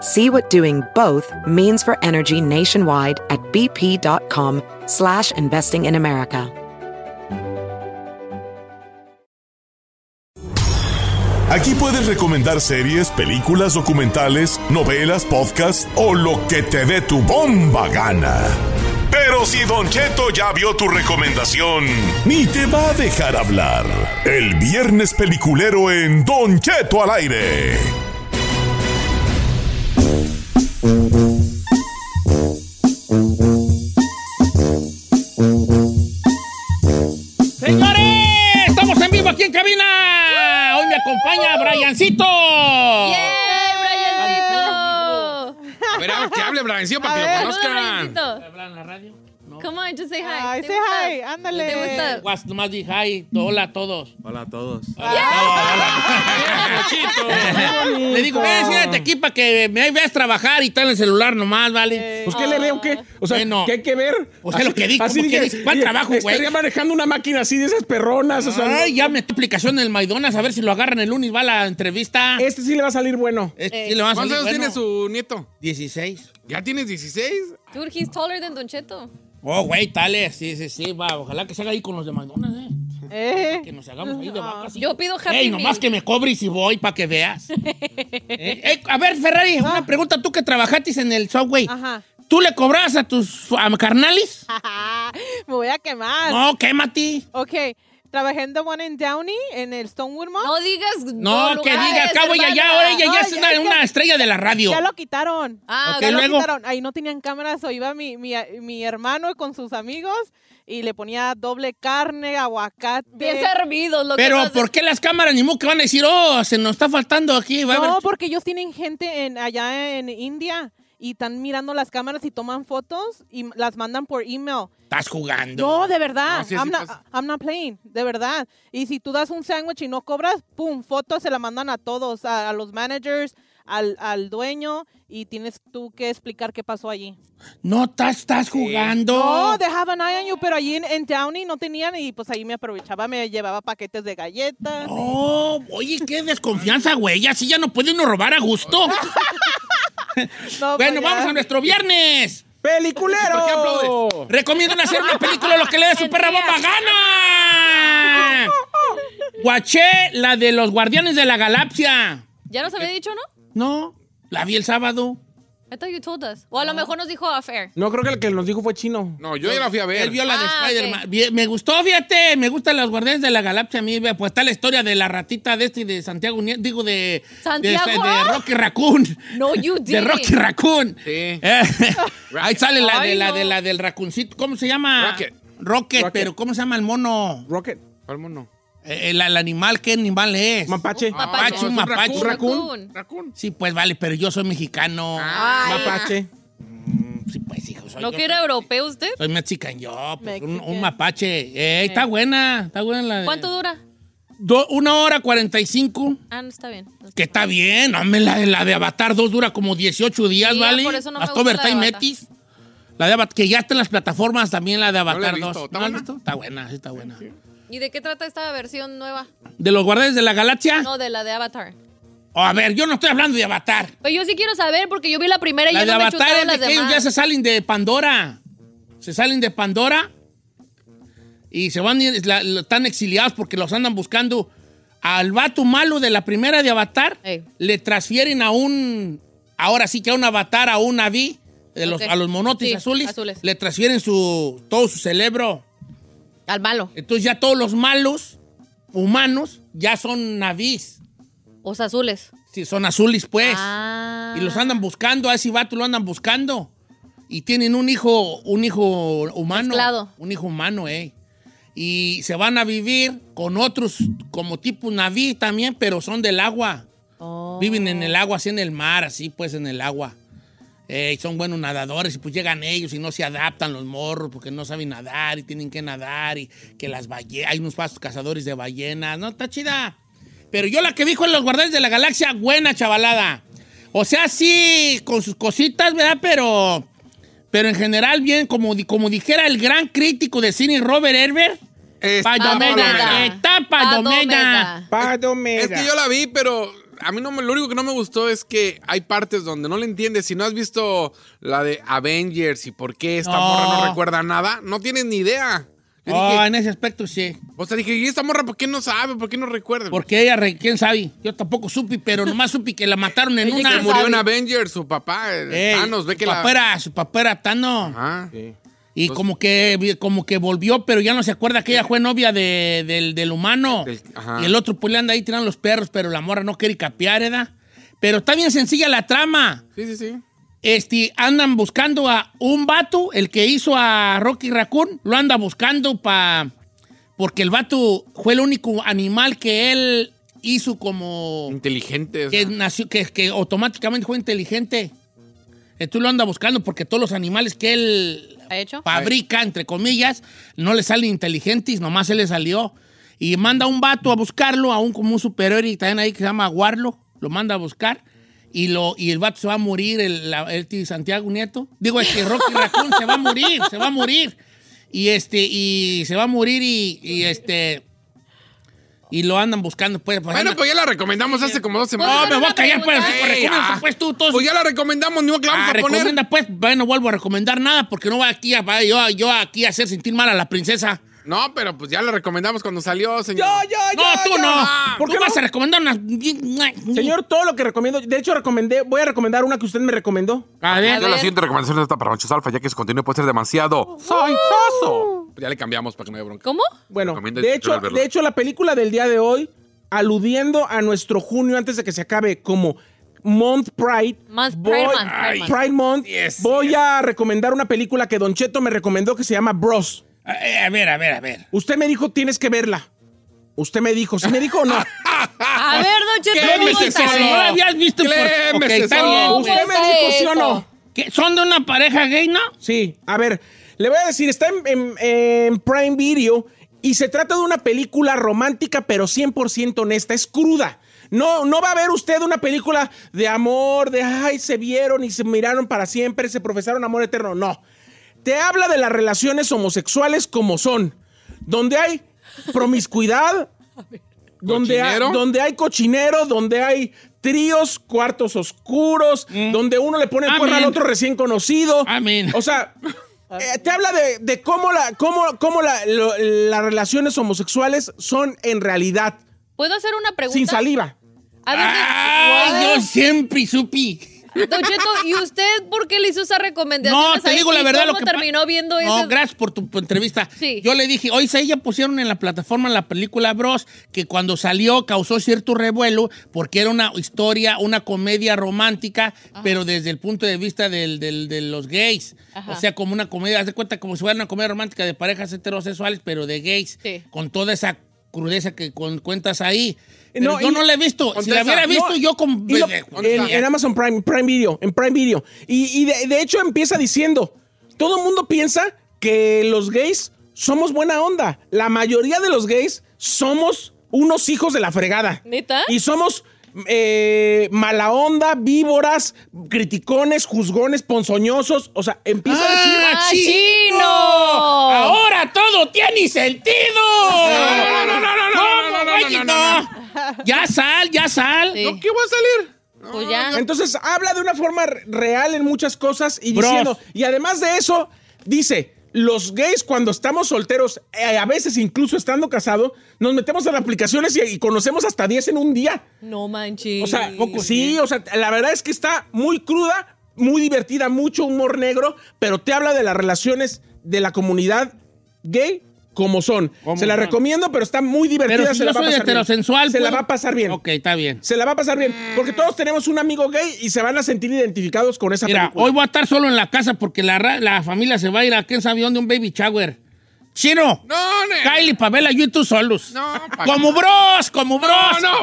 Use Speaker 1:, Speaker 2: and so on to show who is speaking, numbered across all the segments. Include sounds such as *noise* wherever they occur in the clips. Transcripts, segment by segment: Speaker 1: See what doing both means for energy nationwide at bp.com slash investing in America.
Speaker 2: Aquí puedes recomendar series, películas, documentales, novelas, podcasts o lo que te dé tu bomba gana. Pero si Don Cheto ya vio tu recomendación, ni te va a dejar hablar. El viernes peliculero en Don Cheto al aire.
Speaker 3: ¡Señores! ¡Estamos en vivo aquí en cabina! Hoy me acompaña Briancito.
Speaker 4: A ver, a- que hable Brancito para que lo conozcan.
Speaker 5: Come on, just say hi.
Speaker 6: Ay,
Speaker 5: ¿Te
Speaker 6: say
Speaker 5: gusta?
Speaker 6: hi, ándale.
Speaker 5: ¿Te gusta?
Speaker 3: Guas, Nomás dije, hi, hola a todos.
Speaker 4: Hola a todos.
Speaker 3: Le digo, ven, siéntate aquí para que me veas trabajar y está en el celular nomás, ¿vale?
Speaker 7: Pues qué le veo, qué. O sea,
Speaker 3: Bueno.
Speaker 7: ¿qué hay que ver?
Speaker 3: O sea, lo que digo, ¿cómo que dices? ¿Cuál
Speaker 7: dije,
Speaker 3: trabajo, güey?
Speaker 7: Estaría manejando una máquina así de esas perronas, o sea.
Speaker 3: Ay, ya metí aplicación en el Maidonas a ver si lo agarran el lunes, va la entrevista.
Speaker 7: Este sí le va a salir bueno.
Speaker 3: Este sí le van a
Speaker 4: ¿Cuántos años
Speaker 3: salir
Speaker 4: tiene
Speaker 3: bueno.
Speaker 4: su nieto?
Speaker 3: 16.
Speaker 4: ¿Ya tienes 16?
Speaker 5: Dude, he's taller than Don Cheto.
Speaker 3: Oh, güey, tales. Sí, sí, sí, va. Ojalá que se haga ahí con los de McDonald's, ¿eh?
Speaker 6: Eh,
Speaker 3: Que nos hagamos ahí de vacas.
Speaker 5: Yo pido Happy
Speaker 3: Ey, nomás
Speaker 5: Meal.
Speaker 3: que me cobres y voy para que veas. Eh, eh, a ver, Ferrari, una pregunta. Tú que trabajaste en el *laughs* Subway,
Speaker 6: Ah. ajá.
Speaker 3: ¿tú le cobrabas a tus a carnales?
Speaker 6: Me voy a quemar.
Speaker 3: No, quémate.
Speaker 6: Ok, trabajé en The One in Downey, en el Stonewood Mall.
Speaker 5: No digas.
Speaker 3: No, que
Speaker 5: lugares,
Speaker 3: diga, acabo ya, ya,
Speaker 5: hermana.
Speaker 3: ahora ella ya
Speaker 6: No,
Speaker 3: es
Speaker 6: ya,
Speaker 3: una,
Speaker 6: es que-
Speaker 3: una estrella de la radio.
Speaker 6: Ya lo quitaron.
Speaker 5: Ah,
Speaker 3: Ok,
Speaker 6: Ya lo
Speaker 3: luego.
Speaker 6: quitaron. Ahí no tenían cámaras, o iba mi, mi, mi hermano con sus amigos y le ponía doble carne, aguacate.
Speaker 5: Bien servidos. Lo que
Speaker 3: Pero,
Speaker 5: nos-
Speaker 3: ¿por qué las cámaras ni modo que van a decir, oh, se nos está faltando aquí? Va a haber-
Speaker 6: No, porque ellos tienen gente en, allá en India y están mirando las cámaras y toman fotos y m- las mandan por email.
Speaker 3: Estás jugando.
Speaker 6: No, de verdad.
Speaker 4: No, sí, sí
Speaker 6: I'm, not,
Speaker 4: pasa.
Speaker 6: I'm not playing, de verdad. Y si tú das un sándwich y no cobras, pum, fotos se la mandan a todos, a, a los managers, al, al dueño y tienes tú que explicar qué pasó allí.
Speaker 3: No, estás, estás jugando.
Speaker 6: No, dejaban a you, pero allí en, en Downey no tenían y pues ahí me aprovechaba, me llevaba paquetes de galletas.
Speaker 3: Oh, oye, qué desconfianza, güey. Así ya no puede uno robar
Speaker 4: *laughs*
Speaker 3: a gusto.
Speaker 6: No, pues
Speaker 3: bueno,
Speaker 6: ya.
Speaker 3: vamos a nuestro viernes.
Speaker 7: ¡Peliculero!
Speaker 4: ¿Por qué aplaudes?
Speaker 3: Recomiendan hacer una película lo que le dé su perra bomba gana. Guaché la de los Guardianes de la Galaxia.
Speaker 5: ¿Ya nos había dicho, no?
Speaker 3: No, la vi el sábado.
Speaker 5: I thought you told us. O a lo mejor nos dijo off air.
Speaker 7: No, creo que el que nos dijo fue chino.
Speaker 4: No, yo ya la fui a
Speaker 3: Él
Speaker 4: ver.
Speaker 3: vio la de
Speaker 5: Ah,
Speaker 3: Spider-Man.
Speaker 5: ok.
Speaker 3: Bien, Me gustó, fíjate, me gustan los Guardianes de la Galaxia. A mí, vea, pues está la historia de la ratita de este y de Santiago Nieto, digo, de,
Speaker 5: ¿Santiago?
Speaker 3: de, de Rocky Raccoon.
Speaker 5: No,
Speaker 3: *laughs*
Speaker 5: you
Speaker 3: De
Speaker 5: didn't.
Speaker 3: Rocky Raccoon.
Speaker 4: Sí.
Speaker 3: Eh, ahí sale la, de,
Speaker 5: Ay,
Speaker 3: la,
Speaker 5: no.
Speaker 3: de la del racuncito. ¿Cómo se llama?
Speaker 4: Rocket.
Speaker 3: Rocket,
Speaker 7: Rocket.
Speaker 3: pero ¿cómo se llama el mono?
Speaker 7: Rocket,
Speaker 4: ¿Cuál mono?
Speaker 3: Eh, El, el animal, ¿qué animal es?
Speaker 7: mapache,
Speaker 4: Mapache,
Speaker 3: Ah, un mapache, un
Speaker 5: raccoon.
Speaker 4: Raccoon.
Speaker 3: Sí, pues vale, pero yo soy mexicano.
Speaker 7: mapache.
Speaker 3: Sí, pues, hijo, soy
Speaker 5: ¿No
Speaker 3: yo.
Speaker 5: que era europeo usted?
Speaker 3: Soy mexican yo, pues, un,
Speaker 6: Mexican.
Speaker 3: un mapache. Eh, Está buena, está buena la de-
Speaker 5: ¿Cuánto dura?
Speaker 3: Do- una hora 45,
Speaker 5: Ah, no, está bien.
Speaker 3: que está bien. Hombre, la de, la de Avatar 2 dura como 18 días,
Speaker 5: Sí,
Speaker 3: ¿vale?
Speaker 5: por eso no me
Speaker 3: Hasta
Speaker 5: gusta la de
Speaker 3: overtime
Speaker 5: Avatar.
Speaker 3: metis. La de Avatar, que ya está en las plataformas también la de
Speaker 4: la he
Speaker 3: Avatar
Speaker 4: visto.
Speaker 3: 2.
Speaker 4: ¿Está
Speaker 3: ¿No la has
Speaker 4: buena?
Speaker 3: visto? Está buena, sí está buena.
Speaker 5: ¿Y de qué trata esta versión nueva?
Speaker 3: ¿De los guardianes de la galaxia?
Speaker 5: No, de la de Avatar.
Speaker 3: Oh, a ver, yo no estoy hablando de Avatar.
Speaker 5: Pero yo sí quiero saber porque yo vi la primera y
Speaker 3: La
Speaker 5: yo
Speaker 3: de
Speaker 5: no me he
Speaker 3: Avatar
Speaker 5: chutado
Speaker 3: es de
Speaker 5: las
Speaker 3: que ellos
Speaker 5: demás.
Speaker 3: ya se salen de Pandora. Se salen de Pandora y se van, y la- la- están exiliados porque los andan buscando. Al vato malo de la primera de Avatar
Speaker 5: Ey.
Speaker 3: le transfieren a un, ahora sí que a un Avatar, a un Naví, de los,
Speaker 5: Ok.
Speaker 3: a los monotes
Speaker 5: Sí,
Speaker 3: azules,
Speaker 5: azules.
Speaker 3: le transfieren su, todo su cerebro.
Speaker 4: Al malo.
Speaker 3: Entonces ya todos los malos humanos ya son navis.
Speaker 5: Os azules.
Speaker 3: Sí, son azules, pues.
Speaker 5: Ah.
Speaker 3: Y los andan buscando, a ese vato lo andan buscando. Y tienen un hijo, un hijo humano.
Speaker 5: Mezclado.
Speaker 3: Un hijo humano, eh. Y se van a vivir con otros como tipo naví también, pero son del agua.
Speaker 5: Oh.
Speaker 3: Viven en el agua, así en el mar, así pues en el agua. Eh, y son buenos nadadores y pues llegan ellos y no se adaptan los morros porque no saben nadar y tienen que nadar y que las ballenas, hay unos pastos cazadores de ballenas, no, está chida. Pero yo la que vi en Los Guardianes de la Galaxia, buena chavalada. O sea, sí, con sus cositas, ¿verdad? Pero, pero en general bien, como, di- como dijera el gran crítico de cine Robert Herbert, Palomera.
Speaker 5: Palomera.
Speaker 3: Está Palomera.
Speaker 5: Palomera.
Speaker 7: Palomera.
Speaker 8: Es que yo la vi, pero a mí no me, lo único que no me gustó es que hay partes donde no le entiendes. Si no has visto la de Avengers y por qué esta
Speaker 3: No.
Speaker 8: morra no recuerda nada, no tienes ni idea. Yo
Speaker 3: Oh,
Speaker 8: dije,
Speaker 3: en ese aspecto sí.
Speaker 8: o sea, dije, ¿y esta morra por qué no sabe? ¿Por qué no recuerda?
Speaker 3: Porque ella, re- quién sabe, yo tampoco supe, pero nomás supe que la mataron en
Speaker 5: Ella
Speaker 3: una...
Speaker 8: Se murió en
Speaker 5: sabe.
Speaker 8: Avengers, su papá, el
Speaker 3: Ey,
Speaker 8: Thanos, ve
Speaker 3: su
Speaker 8: que
Speaker 3: papá
Speaker 8: la...
Speaker 3: era- su papá era Thanos.
Speaker 8: Ajá.
Speaker 7: Sí.
Speaker 3: y como que como que volvió, pero ya no se acuerda que ella fue novia de- del, del humano.
Speaker 8: Del- ajá.
Speaker 3: y el otro pues le anda ahí tirando los perros, pero la morra no quiere capear, ¿verdad? Pero está bien sencilla la trama.
Speaker 8: Sí, sí, sí.
Speaker 3: Este, andan buscando a un vato, el que hizo a Rocky Raccoon, lo anda buscando pa... Porque el vato fue el único animal que él hizo como
Speaker 8: Inteligente. o
Speaker 3: que,
Speaker 8: sea.
Speaker 3: nació- que, que automáticamente fue inteligente. Entonces lo anda buscando porque todos los animales que él
Speaker 5: ¿Ha hecho?
Speaker 3: fabrica, entre comillas, no le salen inteligentes, nomás él le salió. Y manda a un vato a buscarlo, a un como un superior y también ahí que se llama Warlo, lo manda a buscar. Y, lo, y el vato se va a morir, el, la- el tío Santiago Nieto. Digo, es que Rocky Raccoon se va a morir, se va a morir. Y este, y se va a morir y, y este. Y lo andan buscando, pues. pues,
Speaker 8: Bueno,
Speaker 3: andan-
Speaker 8: pues ya la recomendamos hace como dos
Speaker 3: no,
Speaker 8: semanas.
Speaker 3: me voy a callar, pues.
Speaker 8: Ey,
Speaker 3: recomienda,
Speaker 8: ah.
Speaker 3: pues tú, todos.
Speaker 8: Pues ya la recomendamos, ni modo que la vamos
Speaker 3: Ah,
Speaker 8: a poner.
Speaker 3: recomienda, pues. Bueno, vuelvo a recomendar nada porque no voy aquí a, va- yo, yo aquí a hacer sentir mal a la princesa.
Speaker 8: No, pero pues ya la recomendamos cuando salió, señor.
Speaker 7: Yo, yo, yo.
Speaker 3: No, tú
Speaker 7: yo.
Speaker 3: no.
Speaker 7: ¿Por
Speaker 3: tú
Speaker 7: qué no?
Speaker 3: vas a recomendar unas.
Speaker 7: Señor, todo lo que recomiendo. De hecho, recomendé. Voy a recomendar una que usted me recomendó.
Speaker 3: A ver.
Speaker 8: la siguiente recomendación está para machos alfa, ya que su contenido puede ser demasiado soso. Pues, Ya le cambiamos para que no haya bronca.
Speaker 5: ¿Cómo?
Speaker 7: Bueno,
Speaker 8: Recomienda
Speaker 7: de
Speaker 8: el
Speaker 7: hecho,
Speaker 8: tutorial verlo.
Speaker 7: de hecho, la película del día de hoy, aludiendo a nuestro junio antes de que se acabe como Month Pride.
Speaker 5: Month Pride
Speaker 7: voy-
Speaker 5: Month, Pride Month.
Speaker 7: Pride Month,
Speaker 8: Yes,
Speaker 7: voy a recomendar una película que Don Cheto me recomendó que se llama Bros.
Speaker 3: A eh, a ver, a ver, a ver.
Speaker 7: Usted me dijo, tienes que verla. Usted me dijo, ¿sí me dijo o no?
Speaker 5: A ver, don Cheto.
Speaker 8: Cálmese,
Speaker 5: ¿cómo está?
Speaker 8: señor.
Speaker 3: No la habías visto por.
Speaker 8: Clémese,
Speaker 3: Ok, está
Speaker 8: señor.
Speaker 3: bien,
Speaker 7: Usted
Speaker 3: güey.
Speaker 7: me
Speaker 5: está
Speaker 7: dijo, ¿sí o
Speaker 5: eso?
Speaker 7: no?
Speaker 3: ¿Qué? ¿Son de una pareja gay, no?
Speaker 7: Sí, a ver, le voy a decir, está en, en- en Prime Video y se trata de una película romántica, pero 100% honesta, es cruda. No, no va a ver usted una película de amor, de ay, se vieron y se miraron para siempre, se profesaron amor eterno. No. Te habla de las relaciones homosexuales como son, donde hay promiscuidad, donde hay,
Speaker 8: ¿Cochinero?
Speaker 7: donde hay cochinero, donde hay tríos, cuartos oscuros, donde uno le pone el cuerno al
Speaker 3: Mm. Amén.
Speaker 7: otro recién conocido.
Speaker 3: Amén.
Speaker 7: O sea, eh, te habla de, de cómo, la, cómo, cómo la- lo- las relaciones homosexuales son en realidad,
Speaker 5: ¿Puedo hacer una pregunta?
Speaker 7: sin saliva.
Speaker 5: A ver,
Speaker 3: Ay, yo siempre supi.
Speaker 5: don, don Cheto, ¿y usted por qué le hizo esa recomendación?
Speaker 3: No, te digo la verdad lo
Speaker 5: ¿Cómo
Speaker 3: que pa-
Speaker 5: terminó viendo
Speaker 3: No,
Speaker 5: ese-
Speaker 3: gracias por tu por entrevista.
Speaker 5: Sí.
Speaker 3: Yo le dije, hoy se ella pusieron en la plataforma la película Bros, que cuando salió causó cierto revuelo porque era una historia, una comedia romántica, pero desde el punto de vista del- del- de los gays.
Speaker 5: Ajá.
Speaker 3: O sea, como una comedia, haz de cuenta como si fuera una comedia romántica de parejas heterosexuales, pero de gays,
Speaker 5: Sí.
Speaker 3: con toda esa crudeza que con- cuentas ahí. Pero
Speaker 7: No,
Speaker 3: yo
Speaker 7: y-
Speaker 3: no la he visto. Si la
Speaker 8: Contesta.
Speaker 3: hubiera visto,
Speaker 7: No,
Speaker 3: yo con...
Speaker 7: y lo- en,
Speaker 3: Eh,
Speaker 7: en Amazon Prime, Prime Video, en Prime Video. Y, y de, de hecho empieza diciendo, todo el mundo piensa que los gays somos buena onda. La mayoría de los gays somos unos hijos de la fregada.
Speaker 5: ¿Neta?
Speaker 7: Y somos eh, mala onda, víboras, criticones, juzgones, ponzoñosos. O sea, empieza a decir...
Speaker 3: ¡Ah,
Speaker 5: ¡Ah,
Speaker 3: chino!
Speaker 5: chino!
Speaker 3: ¡Ahora todo tiene sentido!
Speaker 5: *laughs*
Speaker 8: no, no, no, no, no,
Speaker 3: ¿Cómo,
Speaker 8: no, no, no,
Speaker 3: güey?
Speaker 8: no, no,
Speaker 3: Ya sal, ya sal.
Speaker 5: Sí.
Speaker 8: ¿Yo qué voy a salir?
Speaker 5: Pues ya.
Speaker 7: Entonces habla de una forma r- real en muchas cosas y
Speaker 3: Bros.
Speaker 7: diciendo, y además de eso, dice, los gays cuando estamos solteros, eh, a veces incluso estando casado, nos metemos a las aplicaciones y, y conocemos hasta 10 en un día.
Speaker 5: No manches.
Speaker 7: O sea, sí, o sea, la verdad es que está muy cruda, muy divertida, mucho humor negro, pero te habla de las relaciones de la comunidad gay como son. Se la
Speaker 3: son?
Speaker 7: recomiendo, pero está muy divertida.
Speaker 3: Pero si
Speaker 7: se
Speaker 3: yo
Speaker 7: la va
Speaker 3: soy
Speaker 7: a
Speaker 3: pues,
Speaker 7: pasar bien.
Speaker 3: heterosensual,
Speaker 7: Se la
Speaker 3: ¿puedo?
Speaker 7: va a pasar bien.
Speaker 3: Ok, está bien.
Speaker 7: Se la va a pasar bien. Porque todos tenemos un amigo gay y se van a sentir identificados con esa
Speaker 3: Mira,
Speaker 7: película.
Speaker 3: hoy voy a estar solo en la casa porque la, ra- la familia se va a ir a quién sabe dónde, un baby shower. Chino,
Speaker 8: No, no.
Speaker 3: Kylie, Pavela, yo y tú solos.
Speaker 8: No, pa-
Speaker 3: *laughs* Como
Speaker 8: *laughs*
Speaker 3: bros, como bros.
Speaker 8: No,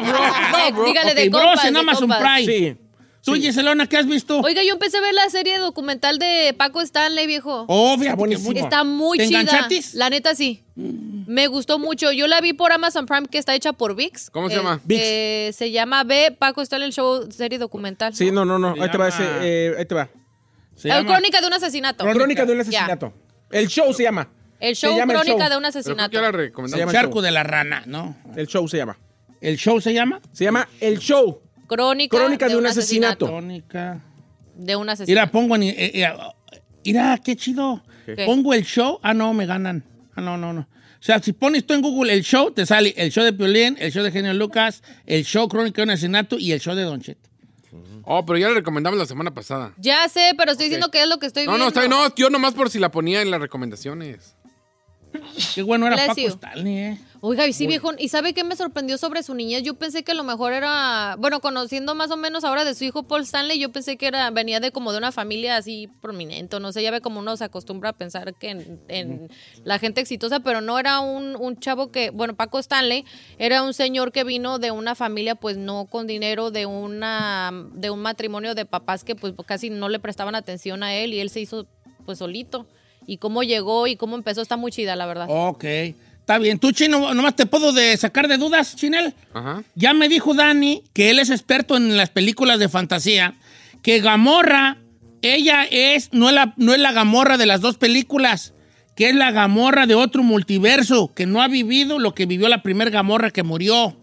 Speaker 3: *laughs*
Speaker 8: no, bro. No, bro.
Speaker 5: Dígale de
Speaker 3: Ok, bros
Speaker 5: compas,
Speaker 3: en
Speaker 5: de
Speaker 3: Amazon
Speaker 5: compas.
Speaker 3: Prime.
Speaker 7: Sí.
Speaker 3: Tú, Giselona, ¿qué has visto?
Speaker 5: Oiga, yo empecé a ver la serie documental de Paco Stanley, viejo.
Speaker 3: Oh, fíjate que
Speaker 7: buenísimo.
Speaker 3: mucho.
Speaker 5: Está muy
Speaker 3: ¿Te
Speaker 5: chida.
Speaker 3: enganchatis?
Speaker 5: La neta sí. Me gustó mucho. Yo la vi por Amazon Prime que está hecha por VIX.
Speaker 8: ¿Cómo se
Speaker 5: Eh,
Speaker 8: llama?
Speaker 7: ViX.
Speaker 5: eh, se llama B Paco Stanley Show serie documental.
Speaker 7: Sí, no, no, no.
Speaker 3: Se
Speaker 7: Ahí te va ese.
Speaker 3: llama-
Speaker 7: eh, ahí te va.
Speaker 3: Se
Speaker 5: Eh,
Speaker 3: llama-
Speaker 5: Crónica de un asesinato.
Speaker 7: Crónica, de un asesinato. El show se llama.
Speaker 5: El
Speaker 7: Se
Speaker 5: show
Speaker 7: llama el
Speaker 5: Crónica
Speaker 7: show.
Speaker 5: de un
Speaker 8: Pero creo que ya
Speaker 5: asesinato.
Speaker 8: la
Speaker 7: Se
Speaker 8: recomendamos.
Speaker 7: llama-
Speaker 3: Charco de la rana, ¿no?
Speaker 7: El show se llama.
Speaker 3: ¿El show se llama?
Speaker 7: Se llama El Show.
Speaker 5: Crónica,
Speaker 7: Crónica de un asesinato.
Speaker 3: Crónica.
Speaker 5: De un asesinato.
Speaker 3: Mira, pongo en. eh, eh, mira, qué chido.
Speaker 5: ¿Qué?
Speaker 3: Pongo el show. Ah, no, me ganan. Ah, no, no, no. O sea, si pones tú en Google el show, te sale el show de Piolín, el show de Genio Lucas, el show Crónica de un asesinato y el show de Don Cheto.
Speaker 8: Oh, pero ya la recomendamos la semana pasada.
Speaker 5: Ya sé, pero estoy diciendo que es lo que estoy
Speaker 8: No,
Speaker 5: viendo.
Speaker 8: no, está bien, no, yo nomás por si la ponía en las recomendaciones.
Speaker 3: Qué bueno era
Speaker 5: Bless
Speaker 3: Paco
Speaker 5: you.
Speaker 3: Stanley, ¿eh?
Speaker 5: Oiga, y sí, viejo, ¿y sabe qué me sorprendió sobre su niñez? Yo pensé que a lo mejor era, bueno, conociendo más o menos ahora de su hijo Paul Stanley, yo pensé que era venía de como de una familia así prominente, o no sé, ya ve como uno se acostumbra a pensar que en, en la gente exitosa, pero no era un, un chavo que, bueno, Paco Stanley era un señor que vino de una familia pues no con dinero, de una de un matrimonio de papás que pues casi no le prestaban atención a él y él se hizo pues solito. Y cómo llegó y cómo empezó está muy chida, la verdad.
Speaker 3: Ok. Está bien. Tú, Chino, nomás te puedo de sacar de dudas, Chinel.
Speaker 8: Ajá.
Speaker 3: Ya me dijo Dani que él es experto en las películas de fantasía, que Gamorra, ella es, no es la, no es la Gamorra de las dos películas, que es la Gamorra de otro multiverso, que no ha vivido lo que vivió la primer Gamorra que murió.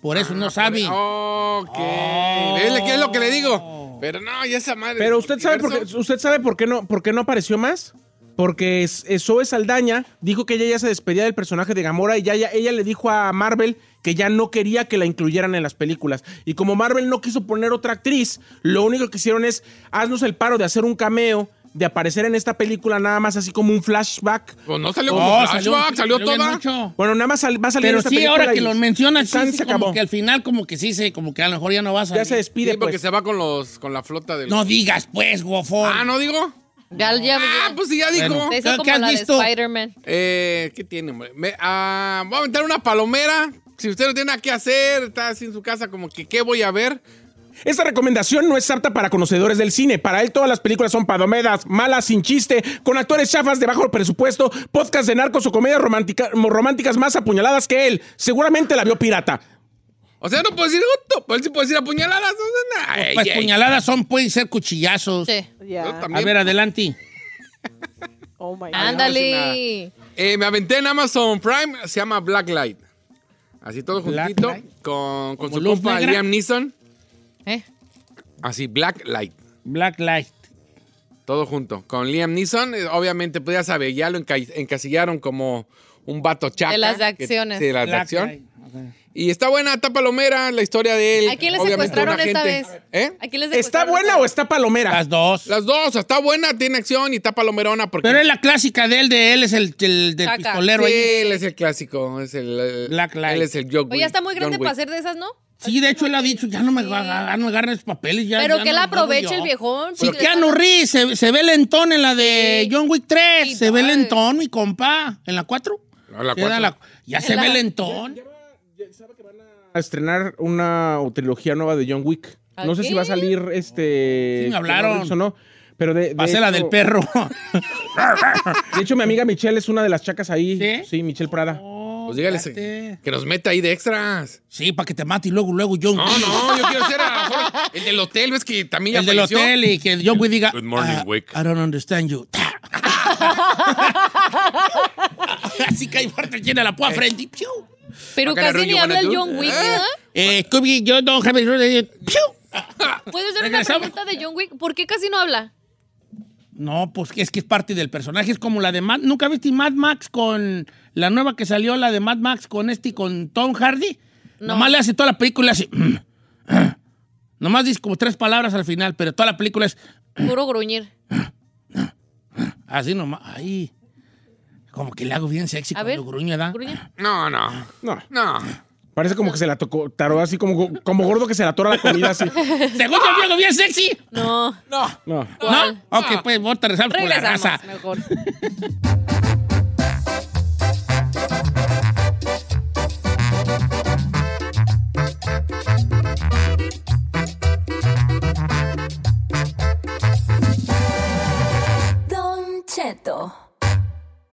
Speaker 3: Por eso
Speaker 7: Ah,
Speaker 3: no sabe.
Speaker 8: Ok.
Speaker 3: Oh.
Speaker 8: ¿Ves qué Eh, es lo que le digo? Pero no, ya esa madre.
Speaker 7: Pero usted sabe por qué,
Speaker 8: Universo.
Speaker 7: usted sabe por qué no, por qué no apareció más. Porque es- eh, Zoe Saldaña dijo que ella ya se despedía del personaje de Gamora y ya, ya- ella le dijo a Marvel que ya no quería que la incluyeran en las películas. Y como Marvel no quiso poner otra actriz, lo único que hicieron es haznos el paro de hacer un cameo, de aparecer en esta película nada más así como un flashback.
Speaker 8: Pues no salió
Speaker 3: No,
Speaker 8: como
Speaker 3: Oh, salió-
Speaker 8: flashback, salió,
Speaker 3: salió bien
Speaker 8: toda.
Speaker 3: mucho.
Speaker 7: Bueno, nada más sal- va a salir en
Speaker 3: Pero
Speaker 7: esta
Speaker 3: sí,
Speaker 7: película
Speaker 3: ahora
Speaker 7: y
Speaker 3: que lo mencionas, sí,
Speaker 7: San
Speaker 3: sí,
Speaker 7: se
Speaker 3: como
Speaker 7: acabó.
Speaker 3: que al final como que sí, se, como que a lo mejor ya no vas a
Speaker 7: Ya se
Speaker 3: salir.
Speaker 7: despide,
Speaker 8: sí, porque
Speaker 7: pues.
Speaker 8: se va con los con la flota del.
Speaker 3: No digas pues, guofo.
Speaker 8: Ah, no digo.
Speaker 5: Ya, ya-
Speaker 8: Ah, pues sí, ya dijo.
Speaker 3: Bueno.
Speaker 5: Se hizo
Speaker 3: ¿Qué-
Speaker 5: como
Speaker 3: qué has
Speaker 5: la
Speaker 3: visto?
Speaker 5: de Spider-Man.
Speaker 8: Eh, ¿qué tiene, hombre? Me- ah, voy a aventar una palomera. Si usted no tiene nada que hacer, está así en su casa, como que, ¿qué voy a ver?
Speaker 7: Esta recomendación no es apta para conocedores del cine. Para él todas las películas son padomedas, malas, sin chiste, con actores chafas de bajo presupuesto, podcast de narcos o comedias romántica- románticas más apuñaladas que él. Seguramente la vio pirata.
Speaker 8: O sea, no puedo decir gusto, pero él sí puedo decir apuñaladas. O sea, nah,
Speaker 3: Pues
Speaker 8: ey, ey.
Speaker 3: puñaladas son, pueden ser cuchillazos.
Speaker 5: Sí.
Speaker 6: Ya.
Speaker 8: Yo también.
Speaker 3: A ver, adelante.
Speaker 6: Oh my God.
Speaker 5: Ándale.
Speaker 8: Eh, me aventé en Amazon Prime, se llama Blacklight. Así todo
Speaker 3: Black
Speaker 8: juntito,
Speaker 3: Light.
Speaker 8: con, con
Speaker 3: ¿Como
Speaker 8: su
Speaker 3: luz
Speaker 8: compa
Speaker 3: negra?
Speaker 8: Liam Neeson.
Speaker 5: ¿Eh?
Speaker 8: Así, Blacklight,
Speaker 3: Black Light.
Speaker 8: todo junto. Con Liam Neeson, eh, obviamente, pues ya sabe, ya lo enca- encasillaron como un vato chaca.
Speaker 5: De las de
Speaker 8: que-
Speaker 5: acciones.
Speaker 8: sí, de las de
Speaker 3: Black
Speaker 8: acción.
Speaker 3: Light. Ok.
Speaker 8: Y está buena, está palomera, la historia de él.
Speaker 5: ¿A quién le
Speaker 8: obviamente, un
Speaker 5: secuestraron esta vez?
Speaker 8: agente. ¿Eh?
Speaker 5: ¿A quién le
Speaker 7: ¿Está
Speaker 5: secuestraron
Speaker 7: buena
Speaker 5: esta
Speaker 7: o
Speaker 5: vez?
Speaker 7: está palomera?
Speaker 3: Las dos.
Speaker 8: Las dos, o sea, está buena, tiene acción y está palomerona porque...
Speaker 3: Pero es la clásica de él, de él es el, el del
Speaker 5: Saca.
Speaker 3: pistolero.
Speaker 8: Sí,
Speaker 3: ahí.
Speaker 8: él es el clásico, es el... el-
Speaker 3: Black Light.
Speaker 8: Él es el John
Speaker 5: Oye, ya está muy
Speaker 8: Wick,
Speaker 5: grande
Speaker 8: John
Speaker 5: para
Speaker 8: Wick.
Speaker 5: hacer de esas, ¿no?
Speaker 3: Sí, de hecho él ha dicho, ya no me, agarra- ya no me agarres papeles. Ya,
Speaker 5: Pero
Speaker 3: ya
Speaker 5: que
Speaker 3: no
Speaker 5: la
Speaker 3: puedo
Speaker 5: aproveche
Speaker 3: yo.
Speaker 5: el viejón.
Speaker 3: Sí,
Speaker 5: porque-
Speaker 3: Keanu Reeves se, se ve lentón en la de
Speaker 5: Sí.
Speaker 3: John Wick 3.
Speaker 5: Sí,
Speaker 3: se ve
Speaker 5: no, eh.
Speaker 3: lentón, mi compa. ¿En la 4?
Speaker 8: No, la
Speaker 3: Se da
Speaker 8: cuatro.
Speaker 3: la- ya se
Speaker 5: la-
Speaker 3: ve lentón.
Speaker 7: A estrenar una trilogía nueva de John Wick. No sé
Speaker 5: ¿Aquí?
Speaker 7: si va a salir este.
Speaker 3: Sí, me hablaron.
Speaker 7: Keanu Reeves o no. Pero de, de
Speaker 3: Pasé la
Speaker 7: hecho-
Speaker 3: del perro.
Speaker 7: *laughs* De hecho, mi amiga Michelle es una de las chacas ahí.
Speaker 3: ¿Sí? Oh,
Speaker 7: Sí, Michelle Prada.
Speaker 8: Pues dígales
Speaker 3: espérate.
Speaker 8: que nos meta ahí de extras.
Speaker 3: Sí, para que te mate y luego, luego John
Speaker 8: No,
Speaker 3: Wick. *laughs*
Speaker 8: no, yo quiero ser a- ahora el del hotel, ves que también ya
Speaker 3: El del
Speaker 8: falleció.
Speaker 3: hotel y que John Wick diga.
Speaker 8: Good morning,
Speaker 3: "Ah,
Speaker 8: Wick."
Speaker 3: I don't understand
Speaker 8: *laughs*
Speaker 3: you. Así que hay parte llena la púa
Speaker 8: Eh,
Speaker 3: frente. Piu.
Speaker 5: Pero
Speaker 8: Acá la
Speaker 5: casi
Speaker 8: reunión
Speaker 5: ni
Speaker 8: van a
Speaker 5: habla el
Speaker 8: tú.
Speaker 5: John Wick,
Speaker 8: ¿Eh?
Speaker 5: ¿verdad?
Speaker 3: Eh, Scooby, yo no, Javi, yo- yo- piu.
Speaker 5: ¿Puedes hacer una
Speaker 3: Regresamos.
Speaker 5: pregunta de John Wick? ¿Por qué casi no habla?
Speaker 3: No, pues es que es parte del personaje. Es como la de Mad. ¿Nunca viste Mad Max con la nueva que salió, la de Mad Max con este y con Tom Hardy? Nomás le hace toda la película así. *clears throat* Nomás dice como tres palabras al final, pero toda la película es
Speaker 5: Puro gruñir.
Speaker 3: así nomás. Ay. Como que le hago bien sexy
Speaker 5: A ver.
Speaker 3: cuando gruño, ¿verdad?
Speaker 5: Gruñe.
Speaker 8: No, no.
Speaker 7: No,
Speaker 8: No.
Speaker 7: parece como que se la tocó, taró así, como, como gordo que se la atora la comida así.
Speaker 3: *laughs* ¿Según yo le hago bien sexy?
Speaker 5: No.
Speaker 8: No.
Speaker 7: No.
Speaker 3: ¿No?
Speaker 5: ¿Cuál?
Speaker 3: Ok, pues vos te rezamos con la raza.
Speaker 5: Regresamos mejor.
Speaker 9: Don Cheto.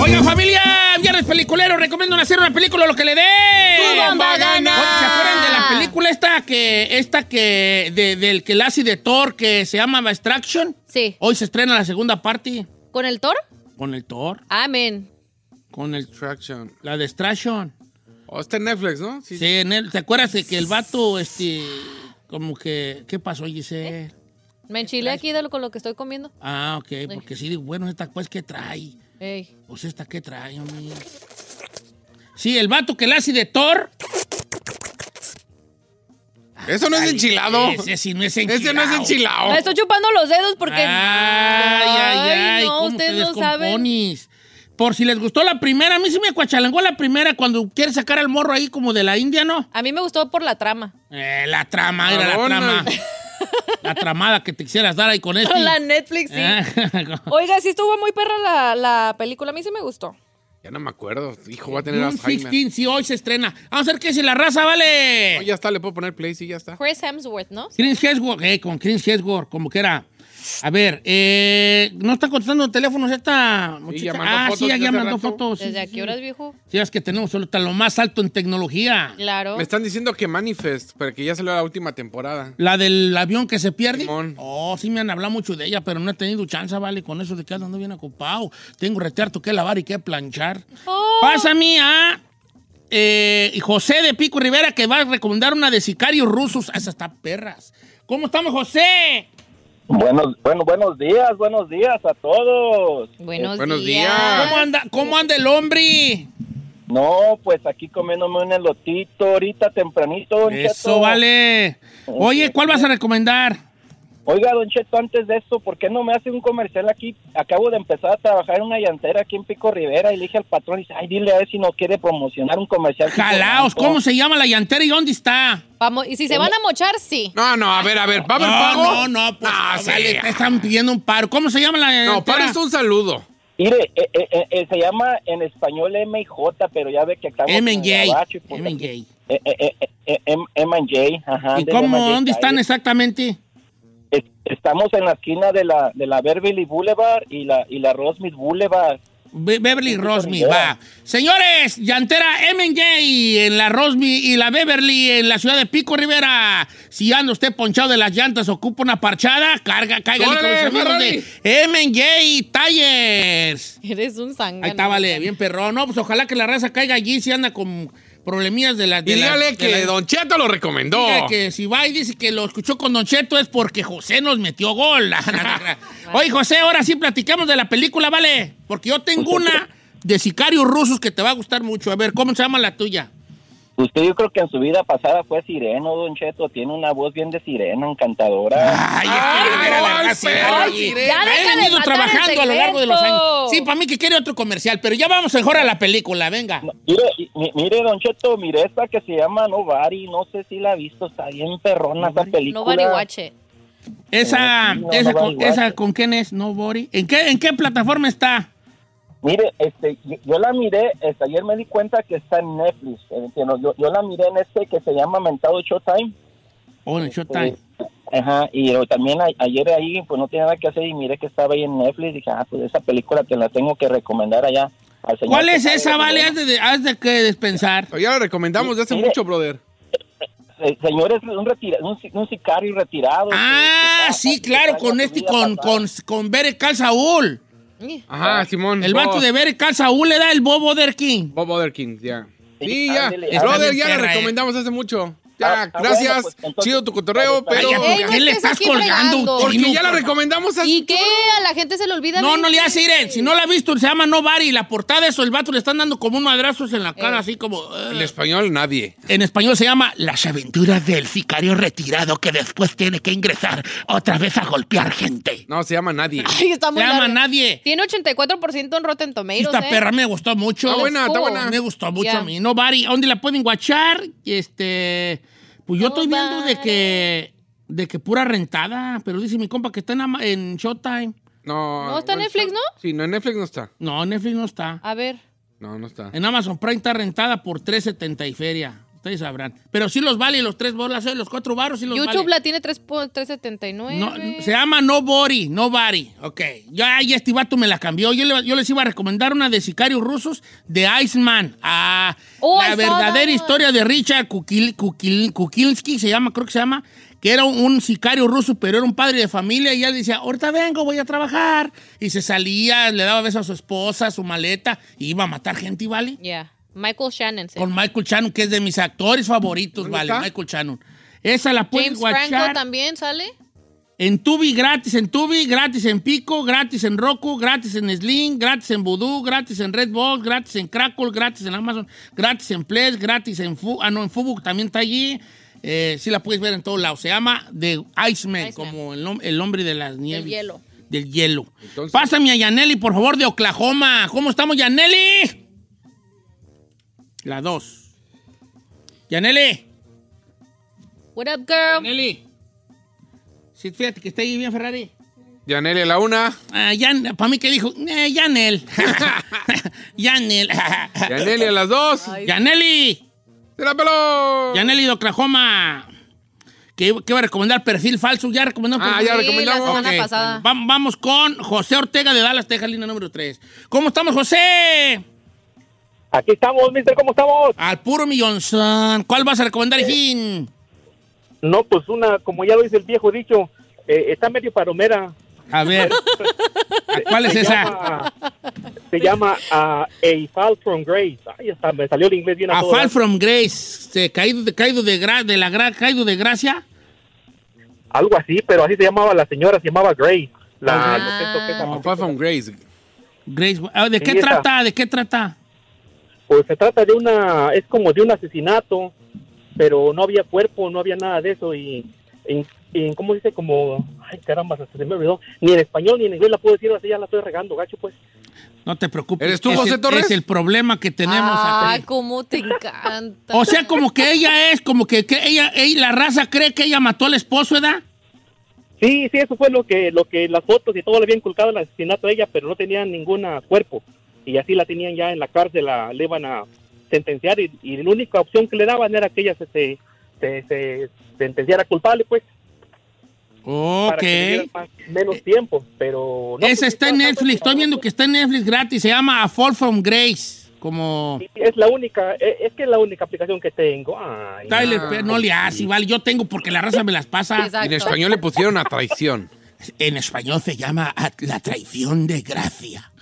Speaker 3: Oiga, familia, viernes peliculero, recomiendo hacer una película lo que le dé.
Speaker 5: ¡Tu bomba gana!
Speaker 3: ¿Se acuerdan de la película esta que, esta que, de- del que la hace de Thor que se llama Extraction?
Speaker 5: Sí.
Speaker 3: Hoy se estrena la segunda parte
Speaker 5: ¿Con el Thor?
Speaker 3: con el Thor,
Speaker 5: Amén.
Speaker 3: con el,
Speaker 8: Traction.
Speaker 3: la de Extraction.
Speaker 8: O Oh, está en Netflix, ¿no? Sí.
Speaker 3: Sí, en el- ¿te acuerdas de que el vato, este, como que, ¿qué pasó, Giselle?
Speaker 5: Me enchilé aquí de lo, con lo que estoy comiendo.
Speaker 3: Ah, ok, porque sí, digo, bueno, esta pues, ¿qué trae?
Speaker 5: Ey.
Speaker 3: Pues esta, ¿qué trae, hombre? Sí, el vato que la hace de Thor.
Speaker 8: Eso no es enchilado.
Speaker 3: Ese sí no es enchilado.
Speaker 8: Ese no es enchilado.
Speaker 5: Me estoy chupando los dedos porque.
Speaker 3: Ay, Oh. ay, ay.
Speaker 5: no,
Speaker 3: ¿cómo
Speaker 5: ustedes
Speaker 3: te
Speaker 5: no saben.
Speaker 3: descompones? Por si les gustó la primera, a mí sí me cuachalangó la primera cuando quiere sacar al morro ahí como de la India, ¿no?
Speaker 5: A mí me gustó por la
Speaker 3: *laughs*
Speaker 5: trama.
Speaker 3: Eh, la trama, era la
Speaker 8: Madonna.
Speaker 3: trama. la tramada que te quisieras dar ahí
Speaker 5: *laughs*
Speaker 3: con este. Eh. esto.
Speaker 5: La Netflix, sí.
Speaker 3: Ah.
Speaker 5: Oiga, sí estuvo muy perra la, la película. A mí sí me gustó.
Speaker 8: Ya no me acuerdo. Hijo, va a tener
Speaker 3: Un
Speaker 8: Alzheimer.
Speaker 3: 16, sí, hoy se estrena. Vamos a ver qué si la raza, vale.
Speaker 8: No, ya está, le puedo poner play, sí, ya está.
Speaker 5: Chris Hemsworth, ¿no?
Speaker 3: Chris Hemsworth, eh, con Chris Hemsworth, como que era. A ver, eh, no está contestando teléfonos esta muchacha.
Speaker 8: mandó
Speaker 3: ah,
Speaker 8: fotos
Speaker 3: sí, ya,
Speaker 8: desde
Speaker 3: ya
Speaker 8: hace
Speaker 3: mandó
Speaker 8: rato.
Speaker 3: fotos. sí,
Speaker 5: ¿Desde
Speaker 3: sí,
Speaker 5: a
Speaker 3: sí.
Speaker 5: qué horas, viejo?
Speaker 3: Sí, es que tenemos ahorita lo más alto en tecnología.
Speaker 5: Claro.
Speaker 8: Me están diciendo que Manifest, pero que ya salió la última temporada.
Speaker 3: La del avión que se pierde.
Speaker 8: Simón.
Speaker 3: Oh, sí me han hablado mucho de ella, pero no he tenido chance, vale, con eso de que ando bien ocupado. Tengo retearto que lavar y que planchar.
Speaker 5: Oh.
Speaker 3: Pásame a eh, José de Pico Rivera que va a recomendar una de sicarios rusos. Ah, Esa está perras. ¿Cómo estamos, José?
Speaker 10: Buenos, bueno, buenos días, buenos días a todos.
Speaker 3: Eh,
Speaker 5: Buenos,
Speaker 8: Buenos
Speaker 5: días.
Speaker 8: días.
Speaker 3: ¿Cómo anda, cómo anda el hombre?
Speaker 10: No, pues aquí comiéndome un elotito ahorita tempranito. don
Speaker 3: Eso
Speaker 10: Cheto.
Speaker 3: vale. Oye, ¿cuál vas a recomendar?
Speaker 10: Oiga, Don Cheto, antes de esto, ¿por qué no me hace un comercial aquí? Acabo de empezar a trabajar en una llantera aquí en Pico Rivera y le dije al patrón, y dice, ay, dile a ver si nos quiere promocionar un comercial.
Speaker 3: Jalaos, ¿cómo se llama la llantera y dónde está?
Speaker 5: Vamos, y si se van a mochar, sí.
Speaker 8: No, Ah, no, a ver, a ver, ¿va a haber
Speaker 3: no,
Speaker 8: pago?
Speaker 3: no, pues,
Speaker 8: Ah,
Speaker 3: no,
Speaker 8: sí.
Speaker 3: vale, te están pidiendo un paro. ¿Cómo se llama la llantera?
Speaker 8: No, pago es un saludo.
Speaker 10: Mire, eh, eh, eh, eh, se llama en español MJ, pero ya ve que acá
Speaker 3: M&J.
Speaker 10: gabacho y pues,
Speaker 3: M&J.
Speaker 11: eh, eh, eh, em- M&J, ajá.
Speaker 3: ¿Y
Speaker 11: del
Speaker 3: cómo?
Speaker 11: M&J.
Speaker 3: ¿Dónde están
Speaker 11: Ahí
Speaker 3: exactamente?
Speaker 11: es- Estamos en la esquina de la, de la Beverly Boulevard y la, y la Rosemead Boulevard.
Speaker 3: Be- Beverly Rosmi, va. Señores, llantera M&J en la Rosmi y la Beverly en la ciudad de Pico Rivera. Si anda usted ponchado de las llantas, ocupa una parchada, carga, caiga con los
Speaker 5: ¡Órale,
Speaker 3: amigos de M&J Tires.
Speaker 5: Eres un sangre.
Speaker 3: Ahí está, vale, bien perrón. No, pues ojalá que la raza caiga allí si anda con problemillas de la... de
Speaker 8: Y
Speaker 3: la-
Speaker 8: dígale
Speaker 3: de
Speaker 8: que
Speaker 3: la-
Speaker 8: Don Cheto lo recomendó.
Speaker 3: Diga que si va y dice que lo escuchó con Don Cheto es porque José nos metió gol. *laughs* Oye, José, ahora sí platicamos de la película, ¿vale? Porque yo tengo una de sicarios rusos que te va a gustar mucho. A ver, ¿cómo se llama la tuya?
Speaker 11: Usted yo creo que en su vida pasada fue sireno, Don Cheto. Tiene una voz bien de sireno, encantadora.
Speaker 3: Ay,
Speaker 5: Ya
Speaker 3: la he
Speaker 5: deja de
Speaker 3: venido
Speaker 5: matar el
Speaker 3: trabajando a lo largo de los
Speaker 5: segmento.
Speaker 3: años. Sí, para mí que quiere otro comercial, pero ya vamos mejor a la película, venga.
Speaker 11: Mire, mi- mire, Don Cheto, mire esta que se llama Novari. No sé si la ha visto, está bien perrona esa película.
Speaker 5: Nobody watch it.
Speaker 3: Esa,
Speaker 11: No,
Speaker 3: esa,
Speaker 11: no va
Speaker 3: con,
Speaker 11: igual.
Speaker 3: esa con quién es, no, Bori. ¿En qué, ¿En qué plataforma está?
Speaker 11: Mire, este, yo, yo la miré, este, ayer me di cuenta que está en Netflix. eh, que no, yo, yo la miré en este que se llama Mentado Showtime.
Speaker 3: Oh, en Showtime.
Speaker 11: Ajá, y eh, también a- ayer ahí, pues no tenía nada que hacer y miré que estaba ahí en Netflix. Dije, ah, pues esa película te la tengo que recomendar allá. al señor
Speaker 3: ¿Cuál
Speaker 11: que
Speaker 3: es
Speaker 11: sabe
Speaker 3: esa,
Speaker 11: de
Speaker 3: vale?
Speaker 11: cine.
Speaker 3: Haz de, haz de que despensar.
Speaker 8: Ya la recomendamos de hace
Speaker 11: Mire.
Speaker 8: mucho, brother.
Speaker 11: Eh, señor es un, retira- un, si- un sicario retirado.
Speaker 3: Ah, sí, claro, con este, y con, con, con Bere Cal Saúl. Ah.
Speaker 8: Ajá, Simón.
Speaker 3: El vato
Speaker 8: Bob.
Speaker 3: de Bere Cal Saúl le da el Bob Oder King.
Speaker 8: Bob Otherkin, ya.
Speaker 3: Sí,
Speaker 8: Sí, ya.
Speaker 3: ándele, ándele. Está
Speaker 8: Brother, ya la
Speaker 3: bien perra, eh.
Speaker 8: recomendamos hace mucho. Ya,
Speaker 3: Ah, ah,
Speaker 8: gracias.
Speaker 3: bueno, pues, entonces-
Speaker 8: Chido tu cotorreo, pero.
Speaker 3: Vaya, ¿por Ey, no qué le estés estás aquí colgando, fregando.
Speaker 8: Porque
Speaker 3: chino,
Speaker 8: ya la
Speaker 3: por-
Speaker 8: recomendamos hace
Speaker 5: ¿Y qué? A la gente se le olvida.
Speaker 3: No,
Speaker 5: ver-
Speaker 3: no le hace ir. Si no la ha visto, se llama Nobody. Y la portada de eso, el vato le están dando como un madrazos en la cara, así como. eh.
Speaker 8: En español, nadie.
Speaker 3: En español se llama Las aventuras del sicario retirado que después tiene que ingresar otra vez a golpear gente.
Speaker 8: No, se llama nadie.
Speaker 5: Ay, está muy
Speaker 3: se llama
Speaker 5: larga.
Speaker 3: Nadie.
Speaker 5: Tiene 84% en Rotten Tomatoes.
Speaker 3: Esta
Speaker 5: ¿eh?
Speaker 3: perra me gustó mucho.
Speaker 5: Está buena, está buena.
Speaker 3: Me gustó mucho
Speaker 5: Ya.
Speaker 3: a mí. No, Bari, ¿dónde la pueden guachar? Este, pues yo estoy viendo de que, de que pura rentada, pero dice mi compa que está en, Ama- en Showtime.
Speaker 8: No.
Speaker 5: ¿No está en Netflix, no?
Speaker 8: Sí, no, en Netflix no está.
Speaker 3: No, Netflix no está.
Speaker 5: A ver.
Speaker 8: No, no está.
Speaker 3: En Amazon Prime está rentada por 3.70 y feria. Ustedes sabrán. Pero sí los vale los tres bolas, eh, los cuatro baros sí los
Speaker 5: YouTube
Speaker 3: vale.
Speaker 5: la tiene 3 po- 3.79.
Speaker 3: No, se llama Nobody, Nobody. Ok. Ya, ya este vato me la cambió. Yo, le- yo les iba a recomendar una de sicarios rusos de Iceman. Ah,
Speaker 5: Oh,
Speaker 3: la
Speaker 5: I saw
Speaker 3: verdadera
Speaker 5: that.
Speaker 3: historia de Richard Kukil- Kukil- Kukilinski, se llama, creo que se llama, que era un, un sicario ruso, pero era un padre de familia y él decía, ahorita vengo, voy a trabajar. Y se salía, le daba besos a su esposa, su maleta, y iba a matar gente, ¿y ¿vale?
Speaker 5: Yeah. Michael Shannon. se
Speaker 3: Con Michael Shannon, que es de mis actores favoritos,
Speaker 5: ¿Dónde
Speaker 3: ¿vale?
Speaker 5: está?
Speaker 3: Michael Shannon. Esa la puedes
Speaker 5: James Franco
Speaker 3: guachar
Speaker 5: también sale.
Speaker 3: en Tubi gratis, en Tubi, gratis en Pico, gratis en Roku, gratis en Sling, gratis en Voodoo, gratis en Redbox, gratis en Crackle, gratis en Amazon, gratis en Plex, gratis en Fu, ah no, en Fubook también está allí. Eh, sí la puedes ver en todos lados. Se llama The Iceman, como el, hom- el hombre de las nieves.
Speaker 5: hielo.
Speaker 3: Del hielo. Pásame a Yaneli, por favor, de Oklahoma. ¿Cómo estamos, Yaneli? La dos. Yaneli.
Speaker 5: What up, girl?
Speaker 3: Yaneli. Sí, fíjate que está ahí bien, Ferrari.
Speaker 8: Yanele, la una.
Speaker 3: Ah, Yan- para mí que dijo, eh,
Speaker 8: *laughs*
Speaker 3: Yanel. *laughs* Yanel.
Speaker 8: Yaneli, a las dos.
Speaker 3: Yaneli.
Speaker 8: ¡Se la peló!
Speaker 3: Yaneli de Oklahoma. ¿Qué, qué va a recomendar? Perfil falso. Ya recomendamos.
Speaker 8: Ah,
Speaker 3: perfil
Speaker 8: ya
Speaker 3: falso?
Speaker 8: recomendamos.
Speaker 5: Sí, la semana
Speaker 3: Ok.
Speaker 5: pasada.
Speaker 3: Vam- vamos con José Ortega de Dallas, Texas, línea número 3. ¿Cómo estamos, José?
Speaker 12: Aquí estamos, mister, ¿cómo estamos? Eh,
Speaker 3: Al puro millonzón. ¿Cuál vas a recomendar, Jim?
Speaker 12: No, pues una, como ya lo dice el viejo dicho, eh, está medio palomera.
Speaker 3: A
Speaker 12: *laughs*
Speaker 3: ver. ¿Cuál es esa?
Speaker 12: Se llama ah, A Fall from Grace. Ay, hasta me salió el inglés bien a,
Speaker 3: A
Speaker 12: todo
Speaker 3: Fall
Speaker 12: dar.
Speaker 3: from Grace. Este, caído, de, caído de, gra- de la gra- caído de gracia.
Speaker 12: Algo así, pero así se llamaba la señora, se llamaba Grace.
Speaker 3: Ah,
Speaker 12: La, Ah.
Speaker 8: Fall from Grace.
Speaker 3: Grace. Ah, ¿De qué
Speaker 12: Sí, esa.
Speaker 3: trata? ¿De qué trata?
Speaker 12: Pues se trata de una, es como de un asesinato, pero no había cuerpo, no había nada de eso y, en, en- ¿cómo dice? Como, ay caramba, hasta se me olvidó. Ni en español ni en inglés la puedo decir, así ya la estoy regando, gacho, pues.
Speaker 3: No te preocupes.
Speaker 8: ¿Eres tú,
Speaker 3: es
Speaker 8: José
Speaker 3: el,
Speaker 8: Torres?
Speaker 3: Es el problema que tenemos
Speaker 5: Ah,
Speaker 3: aquí.
Speaker 5: cómo te encanta.
Speaker 3: O sea, como que ella es, como que, que ella, ella- la raza cree que ella mató al esposo, ¿verdad?
Speaker 12: Sí, sí, eso fue lo que, lo que las fotos y todo le habían inculcado el asesinato a ella, pero no tenían ningún cuerpo. Y así la tenían ya en la cárcel, la, le iban a sentenciar y, y la única opción que le daban era que ella se, se, se- se sentenciara culpable, pues.
Speaker 3: Ok.
Speaker 12: Para que tuviera más- menos tiempo, pero... no,
Speaker 3: Esa
Speaker 12: pues,
Speaker 3: está en Netflix. Estoy viendo que está en Netflix gratis. Se llama A Fall from Grace. Como
Speaker 12: Es la única, es, es que es la única aplicación que tengo. Ay,
Speaker 3: Tyler
Speaker 12: no.
Speaker 3: Perry. No le hace, vale. Yo tengo porque la raza me las pasa.
Speaker 12: Exacto. En español le
Speaker 3: pusieron a traición. En español se llama a- la traición de gracia.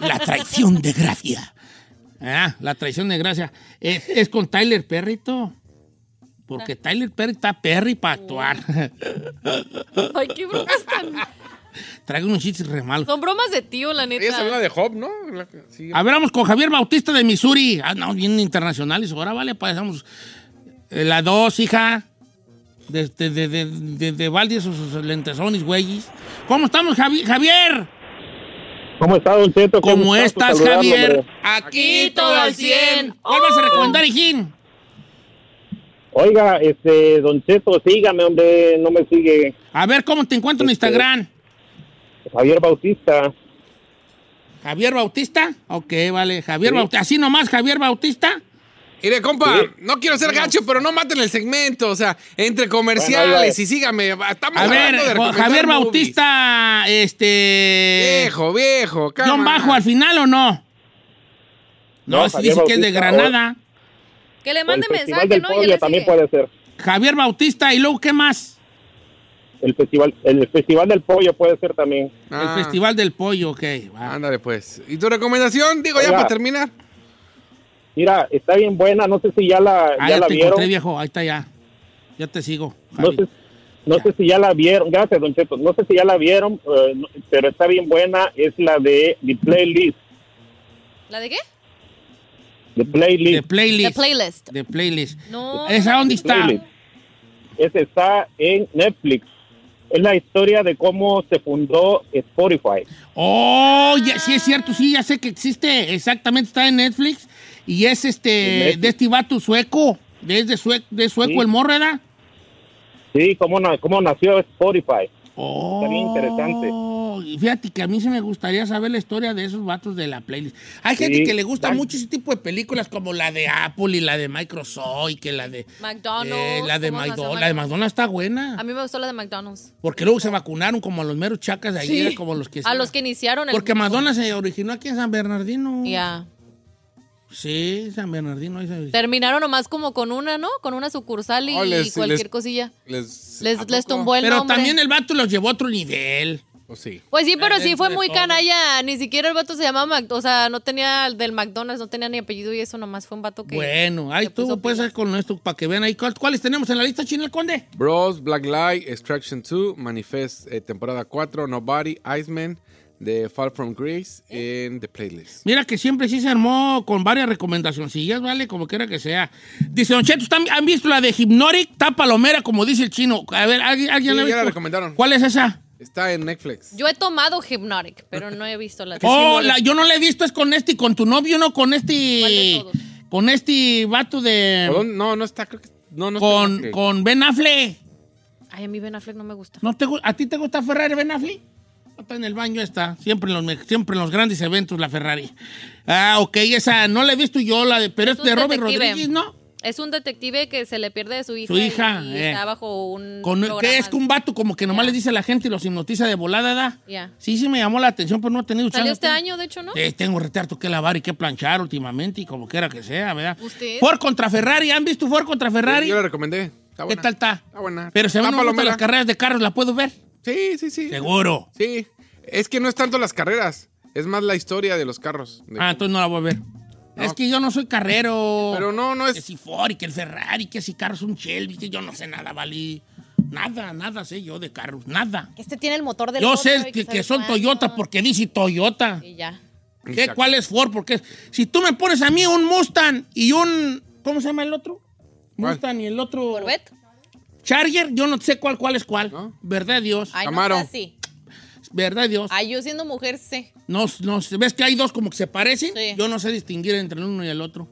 Speaker 3: La traición de gracia. Ah, la traición de gracia. Es, es con Tyler Perrito. Porque Tyler Perry está Perry para actuar.
Speaker 5: *laughs* Ay, qué bromas tan.
Speaker 3: Traigo unos chistes re malos.
Speaker 5: Son bromas de tío, la neta.
Speaker 8: Ella salió de Hop, ¿no? La- sí.
Speaker 3: A ver, vamos con Javier Bautista de Missouri. Ah, no, bien internacionales. Ahora vale, pasamos. Eh, La dos, hija. Desde de, de, de, de Valdi, esos esos lentezones, güeyes. ¿Cómo estamos, Javi- Javier?
Speaker 13: ¿Cómo está, Don Cheto?
Speaker 3: ¿Cómo, estás, Javier?
Speaker 13: Aquí
Speaker 3: todo al ¡Oh! 100. ¿Cuál vas a recomendar, hijín?
Speaker 13: Oiga, este, Don Cheto, sígame, hombre, no me sigue. Este,
Speaker 3: A ver, ¿cómo te encuentro en Instagram?
Speaker 13: Javier Bautista.
Speaker 3: ¿Javier Bautista? Ok, vale. Javier Bautista. ¿Así nomás, Javier Bautista?
Speaker 8: Mire, compa,
Speaker 3: Sí.
Speaker 8: no quiero ser gacho, pero no maten el segmento. O sea, entre comerciales
Speaker 3: Bueno, ahí va.
Speaker 8: y sígame. Estamos
Speaker 3: A ver,
Speaker 8: hablando de
Speaker 3: Jo-
Speaker 8: recomendar
Speaker 3: Javier
Speaker 8: movies.
Speaker 3: Bautista, este...
Speaker 8: Viejo, viejo,
Speaker 3: ¿Guión
Speaker 8: cama.
Speaker 3: bajo al final o no? No,
Speaker 13: No,
Speaker 3: si
Speaker 13: Javier
Speaker 3: dice que es de
Speaker 13: Bautista,
Speaker 3: Granada.
Speaker 5: Que le
Speaker 13: O el
Speaker 5: mande
Speaker 13: Festival
Speaker 5: mensaje,
Speaker 13: del
Speaker 5: ¿no? Y él
Speaker 13: Pollo
Speaker 5: le
Speaker 13: también
Speaker 5: sigue.
Speaker 13: puede ser.
Speaker 3: Javier Bautista, ¿y luego qué más?
Speaker 13: El festival, el festival del Pollo puede ser también.
Speaker 8: Ah.
Speaker 3: El Festival del Pollo, ok. va.
Speaker 8: Ándale, pues. ¿Y tu recomendación? Digo, ya
Speaker 13: Oiga.
Speaker 8: para terminar.
Speaker 13: Mira, está bien buena, no sé si ya la,
Speaker 3: Ah,
Speaker 13: ya
Speaker 3: ya,
Speaker 13: la
Speaker 3: te
Speaker 13: vieron.
Speaker 3: encontré, viejo. Ahí está ya. Ya te sigo.
Speaker 13: No
Speaker 3: Javi.
Speaker 13: sé, no sé si ya la vieron, gracias Don Cheto, no sé si ya la vieron, eh, no- pero está bien buena, es la de The Playlist,
Speaker 5: ¿La de qué?
Speaker 13: The Playlist.
Speaker 3: The Playlist.
Speaker 5: The playlist. Oh.
Speaker 3: De playlist.
Speaker 5: No.
Speaker 3: ¿Esa dónde
Speaker 13: The
Speaker 3: está?
Speaker 13: Playlist. Esa está en Netflix, es la historia de cómo se fundó Spotify.
Speaker 3: Oh, ya, sí es cierto, sí, ya sé que existe. Exactamente, está en Netflix. Y es
Speaker 13: En
Speaker 3: este,
Speaker 13: Netflix.
Speaker 3: de este vato sueco. De, es de, sue- de sueco
Speaker 13: Sí.
Speaker 3: el morro, ¿verdad?
Speaker 13: Sí, cómo, na- cómo nació Spotify. Está bien interesante.
Speaker 3: Oh, y fíjate que a mí se me gustaría saber la historia de esos vatos de la playlist. Hay gente
Speaker 13: Sí,
Speaker 3: que le gusta
Speaker 13: dan-
Speaker 3: mucho ese tipo de películas como la de Apple y la de Microsoft y que la de...
Speaker 5: McDonald's.
Speaker 3: eh, la de
Speaker 5: ¿cómo nació
Speaker 3: McDonald's. La de McDonald's está buena.
Speaker 5: A mí me gustó la de McDonald's.
Speaker 3: Porque luego se vacunaron como a los meros chacas de ahí,
Speaker 5: Ah. Sí.
Speaker 3: era como los que...
Speaker 5: A los que iniciaron el.
Speaker 3: Porque Madonna se originó aquí en San Bernardino.
Speaker 5: Ya.
Speaker 3: Sí, San Bernardino. ahí se-
Speaker 5: Terminaron nomás como con una, ¿no? Con una sucursal y
Speaker 3: Oh, les-
Speaker 5: cualquier
Speaker 3: les-
Speaker 5: cosilla.
Speaker 8: Les,
Speaker 5: Les- ¿a les poco? tumbó el
Speaker 3: Pero
Speaker 5: nombre.
Speaker 3: también el vato los llevó a otro nivel.
Speaker 8: Pues sí.
Speaker 5: Pues sí, pero
Speaker 3: Eh,
Speaker 5: sí fue
Speaker 3: de
Speaker 5: muy
Speaker 3: todo.
Speaker 5: canalla. Ni siquiera el vato se llamaba Mac, o sea, no tenía el del McDonald's, no tenía ni apellido y eso nomás fue un vato que.
Speaker 3: Bueno, ahí tú puedes hacer con esto para que vean ahí. ¿Cuál- ¿Cuáles tenemos en la lista, Chino el Conde?
Speaker 8: Bros, Black Light, Extraction 2, Manifest, eh, temporada 4, Nobody, Iceman, The Fall from Grace, en The Playlist.
Speaker 3: Mira que siempre sí se armó con varias recomendacioncillas, ¿vale? Como quiera que sea. Dice, Don Cheto, ¿están- ¿han visto la de Hypnotic? Está palomera, como dice el chino. A ver, ¿alguien, alguien
Speaker 8: Sí,
Speaker 3: la ha
Speaker 8: ya la
Speaker 3: visto?
Speaker 8: recomendaron.
Speaker 3: ¿Cuál es esa?
Speaker 8: Está en Netflix.
Speaker 5: Yo he tomado Hypnotic, pero no he visto la
Speaker 3: Oh, la- yo no la he visto, es con este y con tu novio, ¿no? Con este... Con este vato de...
Speaker 8: ¿O dónde? No, no está, creo que... No, no
Speaker 3: con,
Speaker 8: está.
Speaker 3: con Ben Affleck.
Speaker 5: Ay, a mí Ben Affleck no me gusta.
Speaker 3: ¿No te, gu- ¿A ti te gusta Ferrari, Ben Affleck? Está en el baño, está. Siempre en los, me- siempre en los grandes eventos la Ferrari. Ah, ok, esa no la he visto yo, la de, pero es,
Speaker 5: un
Speaker 3: de Robert
Speaker 5: detective.
Speaker 3: Rodríguez, ¿no?
Speaker 5: Es un detective que se le pierde de su hija.
Speaker 3: Su hija,
Speaker 5: Y
Speaker 3: eh.
Speaker 5: está bajo un.
Speaker 3: Con,
Speaker 5: programa
Speaker 3: que es que un vato como que nomás le dice a la gente y los hipnotiza de volada, ¿da?
Speaker 5: de- Ya.
Speaker 3: Sí, sí me llamó la atención, pero no he tenido
Speaker 5: Salió
Speaker 3: chance.
Speaker 5: este año, de hecho, ¿no?
Speaker 3: Eh, tengo retardo que lavar y que planchar últimamente y como quiera que sea, ¿verdad?
Speaker 5: Usted.
Speaker 3: Ford contra Ferrari, ¿han visto Ford contra Ferrari?
Speaker 8: Yo la recomendé. Está
Speaker 3: ¿Qué
Speaker 8: buena.
Speaker 3: tal está?
Speaker 8: Está buena.
Speaker 3: Pero
Speaker 8: se
Speaker 3: según
Speaker 8: van
Speaker 3: no me gustan las carreras de carros, ¿la puedo ver?
Speaker 8: Sí, sí, sí.
Speaker 3: Seguro.
Speaker 8: Sí. Es que no es tanto las carreras, es más la historia de los carros. De-
Speaker 3: Ah, entonces no la voy a ver. Es que yo no soy carrero.
Speaker 8: Pero no, no es-
Speaker 3: Que si Ford y que el Ferrari, que si carros un Shelby, que yo no sé nada, vale. Nada, nada sé yo de carros, nada.
Speaker 5: Este tiene el motor del.
Speaker 3: Yo
Speaker 5: otro
Speaker 3: sé
Speaker 5: y
Speaker 3: que,
Speaker 5: sabe
Speaker 3: que son
Speaker 5: cuánto.
Speaker 3: Toyota porque dice Toyota.
Speaker 5: Y ya.
Speaker 3: ¿Qué? ¿Cuál es Ford? Porque si tú me pones a mí un Mustang y un... ¿Cómo se llama el otro? Mustang y el otro... Charger, yo no sé cuál, cuál es cuál. ¿Verdad, Dios?
Speaker 5: Ay, No sea así.
Speaker 3: ¿Verdad, Dios?
Speaker 5: Ay, yo siendo mujer sé.
Speaker 3: No, no, sé. ¿Ves que hay dos como que se parecen? Yo no sé distinguir entre el uno y el otro.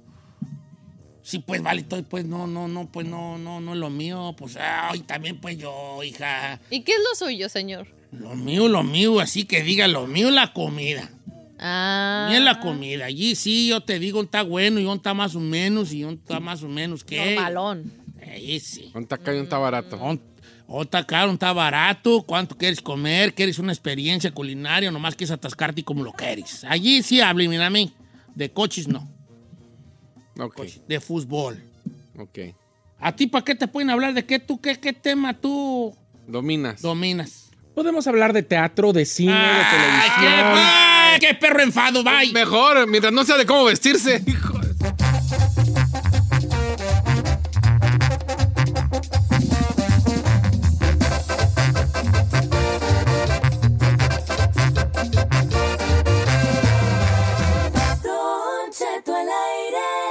Speaker 3: Sí, pues vale, estoy, pues no, no, no, pues no, no, no es lo mío. Pues, ay, también pues yo, hija.
Speaker 5: ¿Y qué es lo suyo, señor?
Speaker 3: Lo mío, lo mío, así que diga, lo mío la comida.
Speaker 5: Ah.
Speaker 3: Ni en la comida. Allí sí, yo te digo, está bueno y un está más o menos y un está más o menos que.
Speaker 5: Normalón.
Speaker 3: Ahí sí.
Speaker 8: Un está caro y un está barato.
Speaker 3: Un está caro, un está barato. ¿Cuánto quieres comer? ¿Quieres una experiencia culinaria? Nomás quieres atascarte y como lo quieres. Allí sí, háblame, De coches no. Coches, De fútbol.
Speaker 8: Ok.
Speaker 3: ¿A ti para qué te pueden hablar? ¿De qué tú, qué, qué tema tú
Speaker 8: Dominas.
Speaker 3: dominas?
Speaker 7: Podemos hablar de teatro, de cine, de televisión.
Speaker 3: ¡Ay, qué perro enfado, bye!
Speaker 8: Mejor, mientras no sea de cómo vestirse.
Speaker 14: Don Cheto al aire.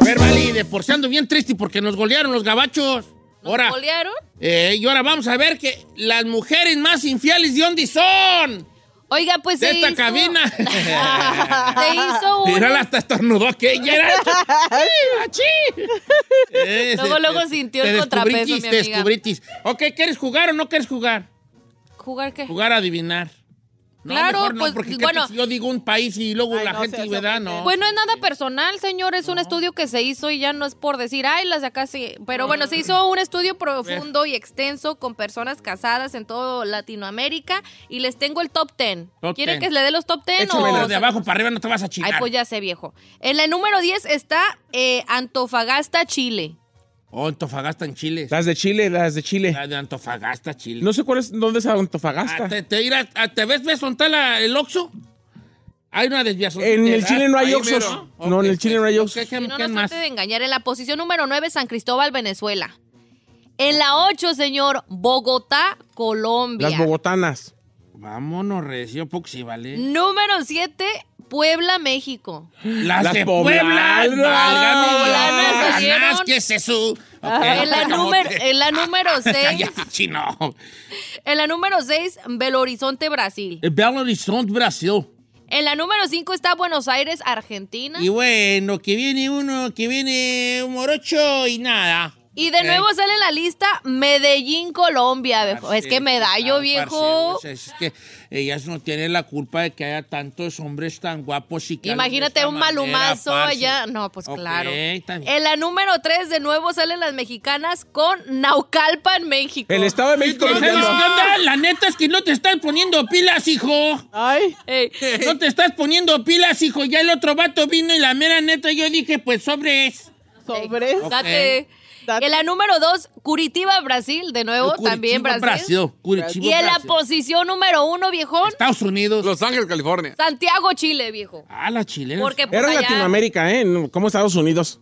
Speaker 3: A ver, Vali, de por sí ando bien triste porque nos golearon los gabachos. Ahora,
Speaker 5: ¿Golearon?
Speaker 3: eh, y ahora vamos a ver que las mujeres más infieles de dónde son.
Speaker 5: Oiga, pues
Speaker 3: De
Speaker 5: *laughs* se
Speaker 3: esta
Speaker 5: hizo-
Speaker 3: cabina. *laughs*
Speaker 5: Se hizo un...
Speaker 3: Mírala, hasta estornudó aquella.
Speaker 5: *laughs*
Speaker 3: Era... Eh,
Speaker 5: Luego,
Speaker 3: se-
Speaker 5: luego
Speaker 3: te-
Speaker 5: sintió
Speaker 3: te
Speaker 5: el contrapeso, mi
Speaker 3: descubritis,
Speaker 5: amiga.
Speaker 3: Te descubritis. Ok, ¿quieres jugar o no quieres jugar?
Speaker 5: ¿Jugar qué?
Speaker 3: Jugar a adivinar. No,
Speaker 5: Claro,
Speaker 3: mejor no,
Speaker 5: pues,
Speaker 3: porque ¿qué
Speaker 5: bueno.
Speaker 3: tal si yo digo un país y luego la gente, ¿verdad? No.
Speaker 5: Pues no es nada personal, señor, es un estudio que se hizo y ya no es por decir, ay, la sacaste. Pero bueno, se hizo un estudio profundo y extenso con personas casadas en todo Latinoamérica y les tengo el top 10.
Speaker 3: Top
Speaker 5: ¿Quieren
Speaker 3: 10.
Speaker 5: que le dé los top 10
Speaker 3: Échamelo de abajo para arriba, no te vas a
Speaker 5: Ay,
Speaker 3: chingar.
Speaker 5: pues ya sé, viejo. En la número 10 está eh, Antofagasta, Chile.
Speaker 3: Oh, Antofagasta en Chile.
Speaker 7: Las de Chile, las de Chile. Las
Speaker 3: de Antofagasta, Chile.
Speaker 7: No sé cuál es, dónde es Antofagasta.
Speaker 3: Ah, te, te, ir a- a- ¿te ves, ves donde está la- el Oxxo? Hay una desviación.
Speaker 7: En el Chile no hay
Speaker 3: Ahí
Speaker 7: Oxxos.
Speaker 3: mero.
Speaker 7: No, en el Chile no hay Oxxos.
Speaker 5: Y no
Speaker 3: ¿Qué
Speaker 5: nos
Speaker 3: más?
Speaker 5: trate de engañar. En la posición número 9, San Cristóbal, Venezuela. En la 8, señor, Bogotá, Colombia.
Speaker 7: Las bogotanas.
Speaker 3: Vámonos, recio, porque sí,
Speaker 5: Mm.
Speaker 3: vale.
Speaker 5: Número 7, Puebla, México.
Speaker 3: Las,
Speaker 7: Las
Speaker 3: de Puebla.
Speaker 7: poblanas.
Speaker 3: válgame,
Speaker 5: Poblanas,
Speaker 3: Dios.
Speaker 5: oyeron.
Speaker 3: Ganas, ¿Qué es eso? Ok,
Speaker 5: Ah,
Speaker 3: *laughs*
Speaker 5: En la,
Speaker 3: camote.
Speaker 5: número, *laughs* en la número 6,
Speaker 3: *laughs* Ya, chino.
Speaker 5: en la número 6, Belo Horizonte, Brasil.
Speaker 3: El Belo Horizonte, Brasil.
Speaker 5: En la número 5 está Buenos Aires, Argentina.
Speaker 3: Y bueno, que viene uno, que viene un morocho y nada.
Speaker 5: Y de
Speaker 3: Ok. Ah,
Speaker 5: nuevo sale en la lista Medellín, Colombia. viejo. Pues es que medallo, viejo.
Speaker 3: Parceros, es que ellas no tienen la culpa de que haya tantos hombres tan guapos y que hablen de
Speaker 5: Imagínate
Speaker 3: esta
Speaker 5: un
Speaker 3: manera,
Speaker 5: malumazo
Speaker 3: parce.
Speaker 5: allá. No, pues
Speaker 3: Ok,
Speaker 5: claro.
Speaker 3: está bien.
Speaker 5: En la número 3 de nuevo salen las mexicanas con Naucalpan, México.
Speaker 7: El Estado de México.
Speaker 3: Pero,
Speaker 7: lo
Speaker 3: ¿sabes
Speaker 7: entiendo.
Speaker 3: qué onda? La neta es que no te estás poniendo pilas, hijo.
Speaker 6: Ay.
Speaker 3: No te estás poniendo pilas, hijo. Ya el otro vato vino y la mera neta yo dije, pues sobres.
Speaker 6: Sobres.
Speaker 3: Ok.
Speaker 5: Date. En la número 2, Curitiba, Brasil, de nuevo,
Speaker 3: Curitiba,
Speaker 5: también Brasil.
Speaker 3: Brasil. Curitiba,
Speaker 5: Y en la
Speaker 3: Brasil.
Speaker 5: posición número 1, viejón,
Speaker 3: Estados Unidos.
Speaker 8: Los Ángeles, California.
Speaker 5: Santiago, Chile, viejo.
Speaker 3: Ah, la chilena.
Speaker 5: Porque pues,
Speaker 7: Era
Speaker 5: allá-
Speaker 7: Latinoamérica, ¿eh? No, ¿Cómo Estados Unidos?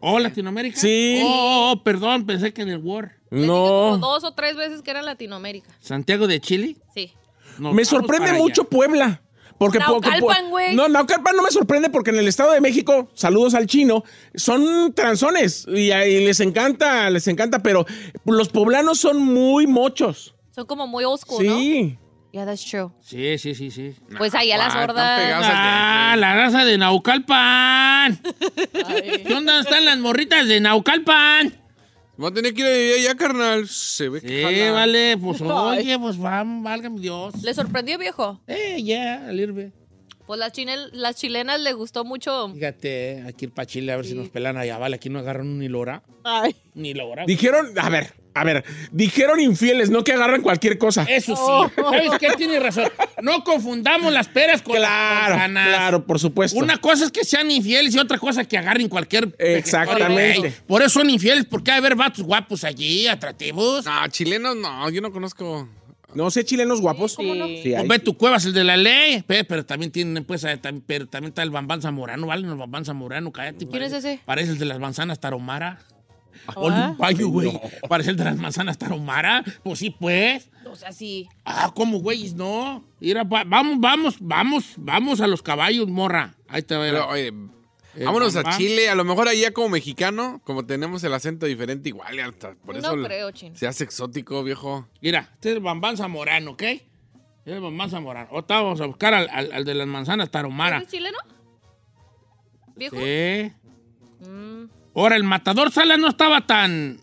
Speaker 3: Oh, Latinoamérica.
Speaker 7: Sí.
Speaker 3: Oh, oh, oh, perdón, pensé que en el War.
Speaker 5: O
Speaker 7: No.
Speaker 5: dos o tres veces que era Latinoamérica.
Speaker 3: Santiago de Chile.
Speaker 5: Sí.
Speaker 3: Nos
Speaker 7: Me
Speaker 3: vamos
Speaker 7: sorprende
Speaker 3: para allá.
Speaker 7: mucho Puebla. Porque po- que po-
Speaker 5: Naucalpan, güey.
Speaker 7: No, Naucalpan no me sorprende porque en el Estado de México, saludos al chino, son tranzones y, ahí les encanta, les encanta, pero los poblanos son muy mochos.
Speaker 5: Son como muy oscuros,
Speaker 7: Sí.
Speaker 5: ¿no? Yeah, that's true.
Speaker 3: Sí, sí, sí, sí.
Speaker 5: Pues allá las
Speaker 8: pegados
Speaker 5: hordas.
Speaker 3: Ah, la raza de Naucalpan. ¿Qué onda están las morritas de Naucalpan?
Speaker 8: Voy a tener que ir a vivir allá, carnal. Se ve que.
Speaker 3: Sí,
Speaker 8: jala.
Speaker 3: vale, pues
Speaker 8: *laughs* Ay.
Speaker 3: oye, pues vamos, válgame Dios.
Speaker 5: ¿Le sorprendió, viejo?
Speaker 3: Eh, ya, al irme.
Speaker 5: Pues las, chinel- las chilenas le gustó mucho.
Speaker 3: Fíjate, hay que ir para Chile a ver si nos pelan allá, vale, aquí no agarran ni lora.
Speaker 6: Ay.
Speaker 3: Ni lora.
Speaker 7: Dijeron, a ver, A ver, dijeron infieles, no que agarran cualquier cosa.
Speaker 3: Eso
Speaker 7: Oh.
Speaker 3: sí.
Speaker 5: Oh.
Speaker 3: ¿Sabes qué? Tiene razón. No confundamos las peras con
Speaker 7: Claro,
Speaker 3: las manzanas.
Speaker 7: claro, por supuesto.
Speaker 3: Una cosa es que sean infieles y otra cosa es que agarren cualquier.
Speaker 7: Exactamente.
Speaker 3: Güey, Por eso son infieles, porque hay haber vatos guapos allí, atractivos.
Speaker 8: No, chilenos no, yo no conozco.
Speaker 7: No sé, chilenos guapos. Sí, hay-
Speaker 3: Pues ve tu cuevas, el de la ley. Pe- Pero, también tienen, pues, eh, tam- pero también está el Bambán Zamorano, ¿vale? El Bambán Zamorano, cállate.
Speaker 5: ¿Quién es ese?
Speaker 3: Parece el de las manzanas Taromara.
Speaker 5: Oh, ah.
Speaker 3: Olumbayo, güey. Parece el de las manzanas Taromara. Pues sí, pues.
Speaker 5: O sea, sí.
Speaker 3: Ah, ¿cómo, güeyes? No. Mira, va- vamos, vamos, vamos, vamos a los caballos, morra. Ahí te va.
Speaker 8: Pero, oye,
Speaker 3: Eh,
Speaker 8: Vámonos a Chile, a lo mejor allá como mexicano, como tenemos el acento diferente, igual hasta por
Speaker 3: No
Speaker 8: eso
Speaker 3: creo, chino.
Speaker 8: se hace exótico, viejo.
Speaker 3: Mira, este es el Bambán Zamorano, ¿ok? Este es el Bambán Zamorano. Ahorita vamos a buscar al, al- al de las manzanas Taromara.
Speaker 5: ¿Eres chileno? ¿Viejo?
Speaker 3: Sí.
Speaker 5: Mm.
Speaker 3: Ahora, el matador Sala no estaba tan.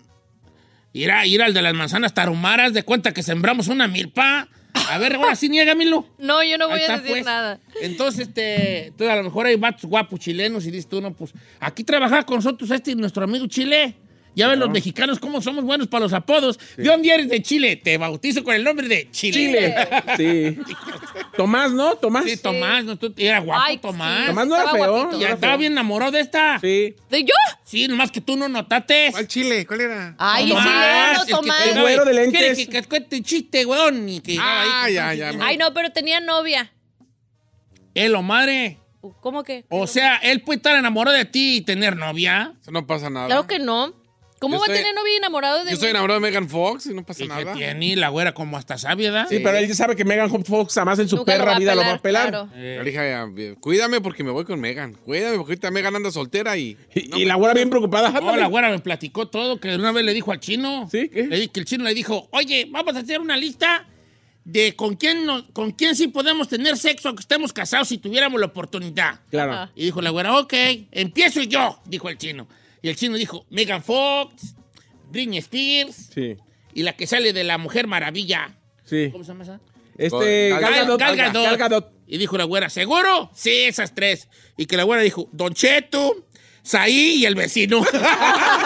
Speaker 3: Ir a ir al de las manzanas tarumaras, de cuenta que sembramos una milpa. A ver, ahora sí niégamelo.
Speaker 5: No, yo no voy
Speaker 3: Ahí
Speaker 5: a
Speaker 3: está,
Speaker 5: decir
Speaker 3: pues.
Speaker 5: nada.
Speaker 3: Entonces, este, entonces, a lo mejor hay vatos guapos chilenos y dices tú, no, pues aquí trabajaba con nosotros este nuestro amigo Chile. Ya ven los mexicanos cómo somos buenos para los apodos. ¿De dónde eres de Chile? Te bautizo con el nombre de Chile.
Speaker 7: Chile.
Speaker 3: *laughs*
Speaker 7: Sí. Tomás, ¿no? Tomás.
Speaker 3: Sí, Tomás, no, tú era guapo
Speaker 5: Ay,
Speaker 3: Tomás.
Speaker 5: sí,
Speaker 7: Tomás no era
Speaker 5: estaba
Speaker 7: feo,
Speaker 5: guapito.
Speaker 7: no
Speaker 3: Ya
Speaker 7: era
Speaker 3: estaba
Speaker 7: feo.
Speaker 3: bien enamorado de esta.
Speaker 7: Sí.
Speaker 5: ¿De yo?
Speaker 3: Sí, nomás que tú no notaste.
Speaker 8: ¿Cuál Chile? ¿Cuál era?
Speaker 5: Ay, el
Speaker 3: Tomás,
Speaker 5: chileno,
Speaker 3: el que
Speaker 5: Tomás.
Speaker 3: te-
Speaker 7: El güero de lentes.
Speaker 3: Quiere que- que cuente un chiste, weón. Y que
Speaker 8: Ah, ya, ya.
Speaker 5: Ay, no, pero tenía novia.
Speaker 3: Él o madre.
Speaker 5: ¿Cómo que?
Speaker 3: O sea, él puede estar enamorado de ti y tener novia.
Speaker 8: Eso no pasa nada.
Speaker 5: Claro que no. ¿Cómo
Speaker 8: Yo
Speaker 5: va a
Speaker 8: estoy-
Speaker 5: tener novia enamorado de
Speaker 8: Yo
Speaker 5: mí?
Speaker 8: estoy enamorado de Megan Fox y no pasa
Speaker 3: Y que
Speaker 8: nada.
Speaker 3: tiene y la güera como hasta sabia, ¿verdad?
Speaker 7: Sí, pero él ya sabe que Megan Fox jamás en su
Speaker 5: Nunca lo
Speaker 7: perra
Speaker 5: va a
Speaker 7: vida lo va
Speaker 5: pelar,
Speaker 7: a pelar.
Speaker 5: claro.
Speaker 3: Eh,
Speaker 8: Le dije, a ella, cuídame porque me voy con Megan. Cuídame porque ahorita Megan anda soltera y.
Speaker 7: Y, y la güera bien preocupada.
Speaker 3: No, la güera me platicó todo, que una vez le dijo al chino.
Speaker 7: ¿Sí? ¿Qué?
Speaker 3: Le di- que el chino le dijo, oye, vamos a hacer una lista de con quién, no- con quién sí podemos tener sexo aunque estemos casados si tuviéramos la oportunidad.
Speaker 7: Claro.
Speaker 5: Ajá.
Speaker 3: Y dijo la güera, ok, empiezo yo, dijo el chino. Y el chino dijo, Megan Fox, Britney Spears
Speaker 7: Sí.
Speaker 3: y la que sale de la Mujer Maravilla.
Speaker 7: Sí.
Speaker 3: ¿Cómo se llama esa?
Speaker 7: Este.
Speaker 8: Gal-
Speaker 7: Gal Gadot.
Speaker 3: Gal Gadot.
Speaker 7: Gal Gadot.
Speaker 3: Y dijo la güera, ¿seguro? Sí, esas tres. Y que la güera dijo, Don Cheto, Saí y el vecino. *laughs*
Speaker 5: *laughs*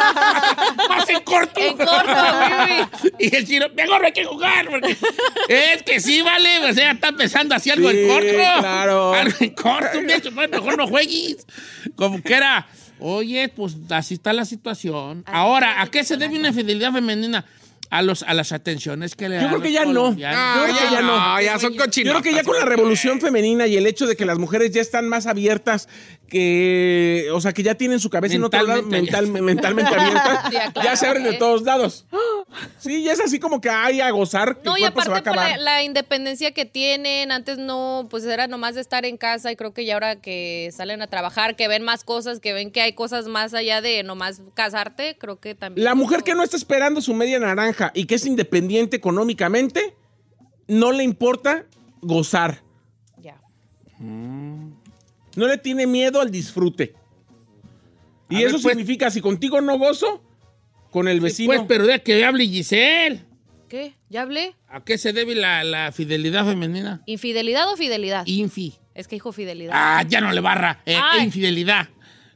Speaker 3: Más en corto.
Speaker 5: En corto, güey.
Speaker 3: *laughs* y el chino, mejor no hay que jugar. porque es que sí, vale. O sea, está pensando así algo
Speaker 7: Sí,
Speaker 3: en corto.
Speaker 7: claro.
Speaker 3: *laughs* Algo en corto. un hecho, pues, mejor no juegues. Como que era, oye, pues así está la situación. Ahora, ¿a qué se debe una fidelidad femenina? A, los, a las atenciones que le
Speaker 7: Yo
Speaker 3: dan
Speaker 7: creo que
Speaker 3: los
Speaker 7: ya no.
Speaker 3: colombianos.
Speaker 7: Yo creo que ya no.
Speaker 8: ya son
Speaker 7: Yo
Speaker 8: cochinos.
Speaker 7: creo que ya con la revolución femenina y el hecho de que las mujeres ya están más abiertas que, o sea, que ya tienen su cabeza en otro lado
Speaker 3: Mentalmente
Speaker 7: mental- mentalmente abierta,
Speaker 5: *laughs* Sí, aclaro,
Speaker 7: ya se abren de
Speaker 5: ¿eh?
Speaker 7: todos
Speaker 5: *gasps*
Speaker 7: lados. Sí, ya es así como que hay a gozar, que
Speaker 5: No,
Speaker 7: el
Speaker 5: y
Speaker 7: cuerpo se
Speaker 5: aparte
Speaker 7: va a
Speaker 5: por
Speaker 7: acabar.
Speaker 5: la, la independencia que tienen, antes no, pues era nomás de estar en casa y creo que ya ahora que salen a trabajar, que ven más cosas, que ven que hay cosas más allá de nomás casarte, creo que también.
Speaker 7: La mujer
Speaker 5: eso-
Speaker 7: que no está esperando su media naranja y que es independiente económicamente, no le importa gozar.
Speaker 5: Ya.
Speaker 7: No le tiene miedo al disfrute. Y
Speaker 3: A
Speaker 7: eso
Speaker 3: ver, pues.
Speaker 7: significa, si contigo no gozo, con el vecino.
Speaker 3: Pues, pero de que hable Giselle.
Speaker 5: ¿Qué? ¿Ya hablé?
Speaker 3: ¿A qué se debe la, la fidelidad femenina?
Speaker 5: ¿Infidelidad o fidelidad?
Speaker 3: Infi.
Speaker 5: Es que dijo fidelidad.
Speaker 3: Ah, ya no le barra. Eh,
Speaker 5: Ay.
Speaker 3: infidelidad.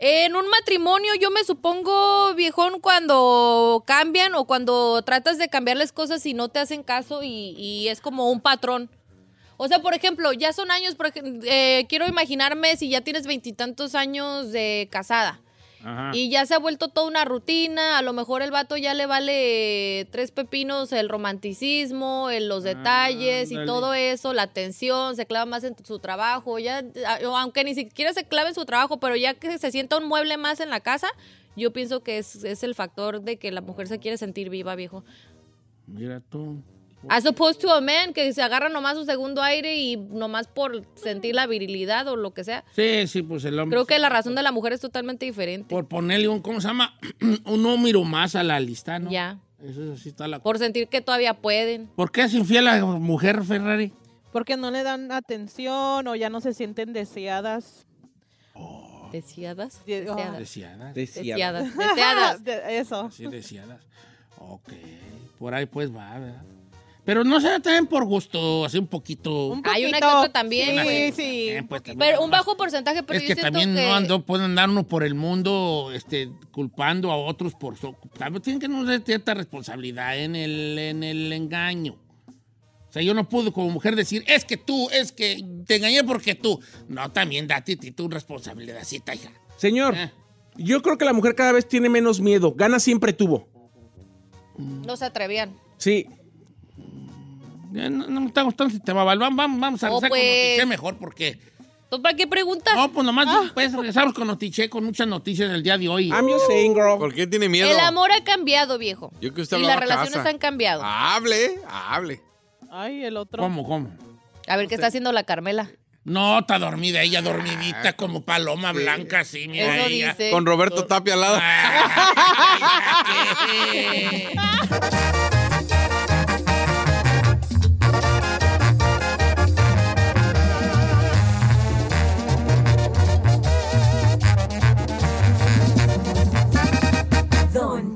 Speaker 5: En un matrimonio yo me supongo, viejón, cuando cambian o cuando tratas de cambiarles cosas y no te hacen caso y, y es como un patrón. O sea, por ejemplo, ya son años, por ej- eh, quiero imaginarme si ya tienes veintitantos años de casada y ya se ha vuelto toda una rutina, a lo mejor el vato ya le vale tres pepinos el romanticismo, el- los detalles y
Speaker 3: Ándale.
Speaker 5: todo eso, la atención, se clava más en su trabajo, ya a- o aunque ni siquiera se clave en su trabajo, pero ya que se sienta un mueble más en la casa, yo pienso que es, es el factor de que la mujer se quiere sentir viva, viejo.
Speaker 3: Mira tú.
Speaker 5: As opposed to a man que se agarra nomás su segundo aire y nomás por sentir la virilidad o lo que sea.
Speaker 3: Sí, sí, pues el hombre.
Speaker 5: Creo que la razón de la mujer es totalmente diferente.
Speaker 3: Por ponerle un, ¿cómo se llama? *clears throat* un número más a la lista, ¿no?
Speaker 5: Ya.
Speaker 3: Eso sí está la
Speaker 5: Por sentir que todavía pueden.
Speaker 3: ¿Por qué es infiel la mujer Ferrari?
Speaker 6: Porque no le dan atención o ya no se sienten deseadas.
Speaker 3: Oh.
Speaker 5: Deseadas.
Speaker 6: De- ah.
Speaker 5: Deseadas.
Speaker 3: Deseadas.
Speaker 5: Deseadas.
Speaker 6: *laughs*
Speaker 5: Deseadas.
Speaker 6: De- eso.
Speaker 3: Sí, deseadas. Ok. Por ahí pues va, ¿verdad? Pero no será también por gusto, así un poquito. pues,
Speaker 5: Hay una que otra también.
Speaker 3: Sí,
Speaker 5: Sí,
Speaker 6: sí.
Speaker 5: Pero un bajo porcentaje, pero
Speaker 3: es
Speaker 5: yo
Speaker 3: que
Speaker 5: siento
Speaker 3: también
Speaker 5: que...
Speaker 3: no ando, pueden andar uno por el mundo este, culpando a otros por su. también Tienen que no tener cierta responsabilidad en el, en el engaño. O sea, yo no puedo como mujer decir, es que tú, es que te engañé porque tú. No, también date tu responsabilidad, hija.
Speaker 7: Señor,
Speaker 3: Eh.
Speaker 7: yo creo que la mujer cada vez tiene menos miedo. Gana siempre tuvo.
Speaker 5: No se atrevían.
Speaker 7: Sí.
Speaker 3: No, me está gustando este tema, Vamos, vamos a
Speaker 5: Oh,
Speaker 3: regresar con
Speaker 5: pues.
Speaker 3: Notiche mejor porque.
Speaker 5: ¿Tú para qué preguntas? Ah.
Speaker 3: No, pues nomás pues, regresamos con Notiche con muchas noticias del día de hoy.
Speaker 7: I'm just saying, girl.
Speaker 8: ¿Por qué tiene miedo?
Speaker 5: El amor ha cambiado, viejo.
Speaker 8: Yo que usted
Speaker 5: Y las
Speaker 8: hablaba
Speaker 5: relaciones
Speaker 8: casa.
Speaker 5: han cambiado.
Speaker 8: Hable, hable.
Speaker 6: Ay, el otro.
Speaker 3: ¿Cómo, cómo?
Speaker 5: A ver, ¿qué está haciendo la Carmela?
Speaker 3: No, está dormida
Speaker 8: Ah,
Speaker 3: ella, dormidita, como paloma blanca, así, mira.
Speaker 5: Eso
Speaker 3: ella.
Speaker 5: dice.
Speaker 8: Con Roberto Tapia al lado.
Speaker 3: Ah.
Speaker 14: Don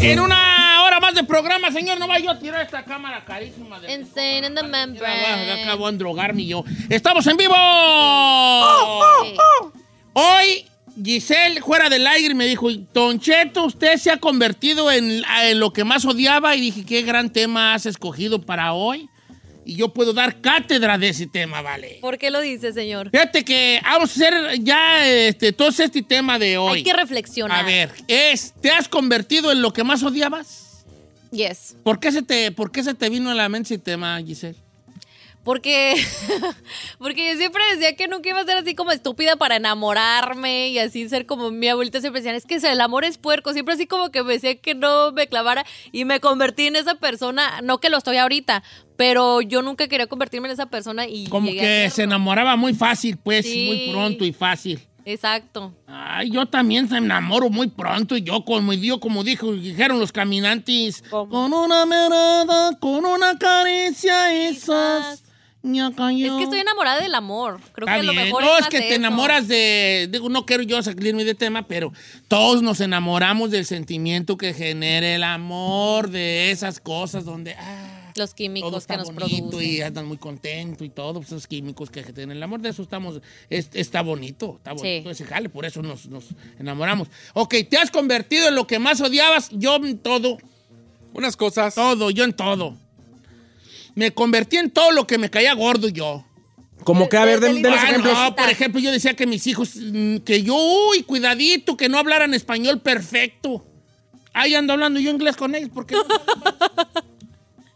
Speaker 3: En una hora más de programa, señor, no vaya yo a tirar esta cámara carísima. De...
Speaker 5: Insane in the Eh.
Speaker 3: Ah,
Speaker 5: membrane.
Speaker 3: Acabo de drogarme yo. ¡Estamos en vivo!
Speaker 5: Oh,
Speaker 3: Hoy, Giselle, fuera del aire, me dijo, Don Cheto, usted se ha convertido en, en lo que más odiaba. Y dije, qué gran tema has escogido para hoy. Y yo puedo dar cátedra de ese tema, vale.
Speaker 5: ¿Por qué lo dice, señor?
Speaker 3: Fíjate que vamos a hacer ya este, todo este tema de hoy.
Speaker 5: Hay que reflexionar.
Speaker 3: A ver, es, ¿te has convertido en lo que más odiabas?
Speaker 5: Yes.
Speaker 3: ¿Por qué se te, por qué se te vino a la mente ese tema, Giselle?
Speaker 5: Porque, *laughs* porque yo siempre decía que nunca iba a ser así como estúpida para enamorarme y así ser como mi abuelita siempre decía, es que el amor es puerco, siempre así como que me decía que no me clavara y me convertí en esa persona, no que lo estoy ahorita, pero yo nunca quería convertirme en esa persona y...
Speaker 3: Como
Speaker 5: llegué a
Speaker 3: que
Speaker 5: ser-
Speaker 3: se enamoraba muy fácil, pues,
Speaker 5: Sí.
Speaker 3: muy pronto y fácil.
Speaker 5: Exacto.
Speaker 3: Ay, yo también se enamoro muy pronto y yo como yo como dijo, dijeron los caminantes, con una mirada, con una caricia esas.
Speaker 5: Es
Speaker 3: *laughs*
Speaker 5: que estoy enamorada del amor. Creo que
Speaker 3: Está
Speaker 5: a lo
Speaker 3: bien.
Speaker 5: mejor
Speaker 3: no, es
Speaker 5: más
Speaker 3: que te
Speaker 5: eso.
Speaker 3: enamoras de. Digo, no quiero yo salirme de tema, pero todos nos enamoramos del sentimiento que genera el amor, de esas cosas donde. ah,
Speaker 5: Los
Speaker 3: todo
Speaker 5: químicos
Speaker 3: está
Speaker 5: que nos
Speaker 3: bonito
Speaker 5: producen.
Speaker 3: y andan muy contento y todo, pues, esos químicos que tienen el amor, de eso estamos, es- está bonito, está bonito ese jale, por eso nos, nos enamoramos. Ok, te has convertido en lo que más odiabas, yo en todo.
Speaker 8: Unas cosas.
Speaker 3: Todo, yo en todo. Me convertí en todo lo que me caía gordo yo.
Speaker 7: Como que, a ver, den- denme
Speaker 3: Ah,
Speaker 7: ejemplos.
Speaker 3: no, por ejemplo, yo decía que mis hijos, mm, que yo, uy, cuidadito, que no hablaran español perfecto. Ahí ando hablando yo inglés con ellos, porque...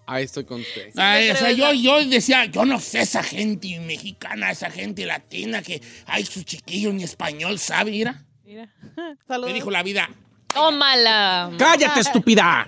Speaker 8: Ahí estoy con usted.
Speaker 3: Ay, o sea, yo, yo decía, yo no sé esa gente mexicana, esa gente latina que, ay, su chiquillo ni español sabe, mira.
Speaker 6: Mira.
Speaker 3: Me
Speaker 6: Saludos.
Speaker 3: dijo la vida,
Speaker 5: Tómala.
Speaker 7: ¡Cállate, estúpida!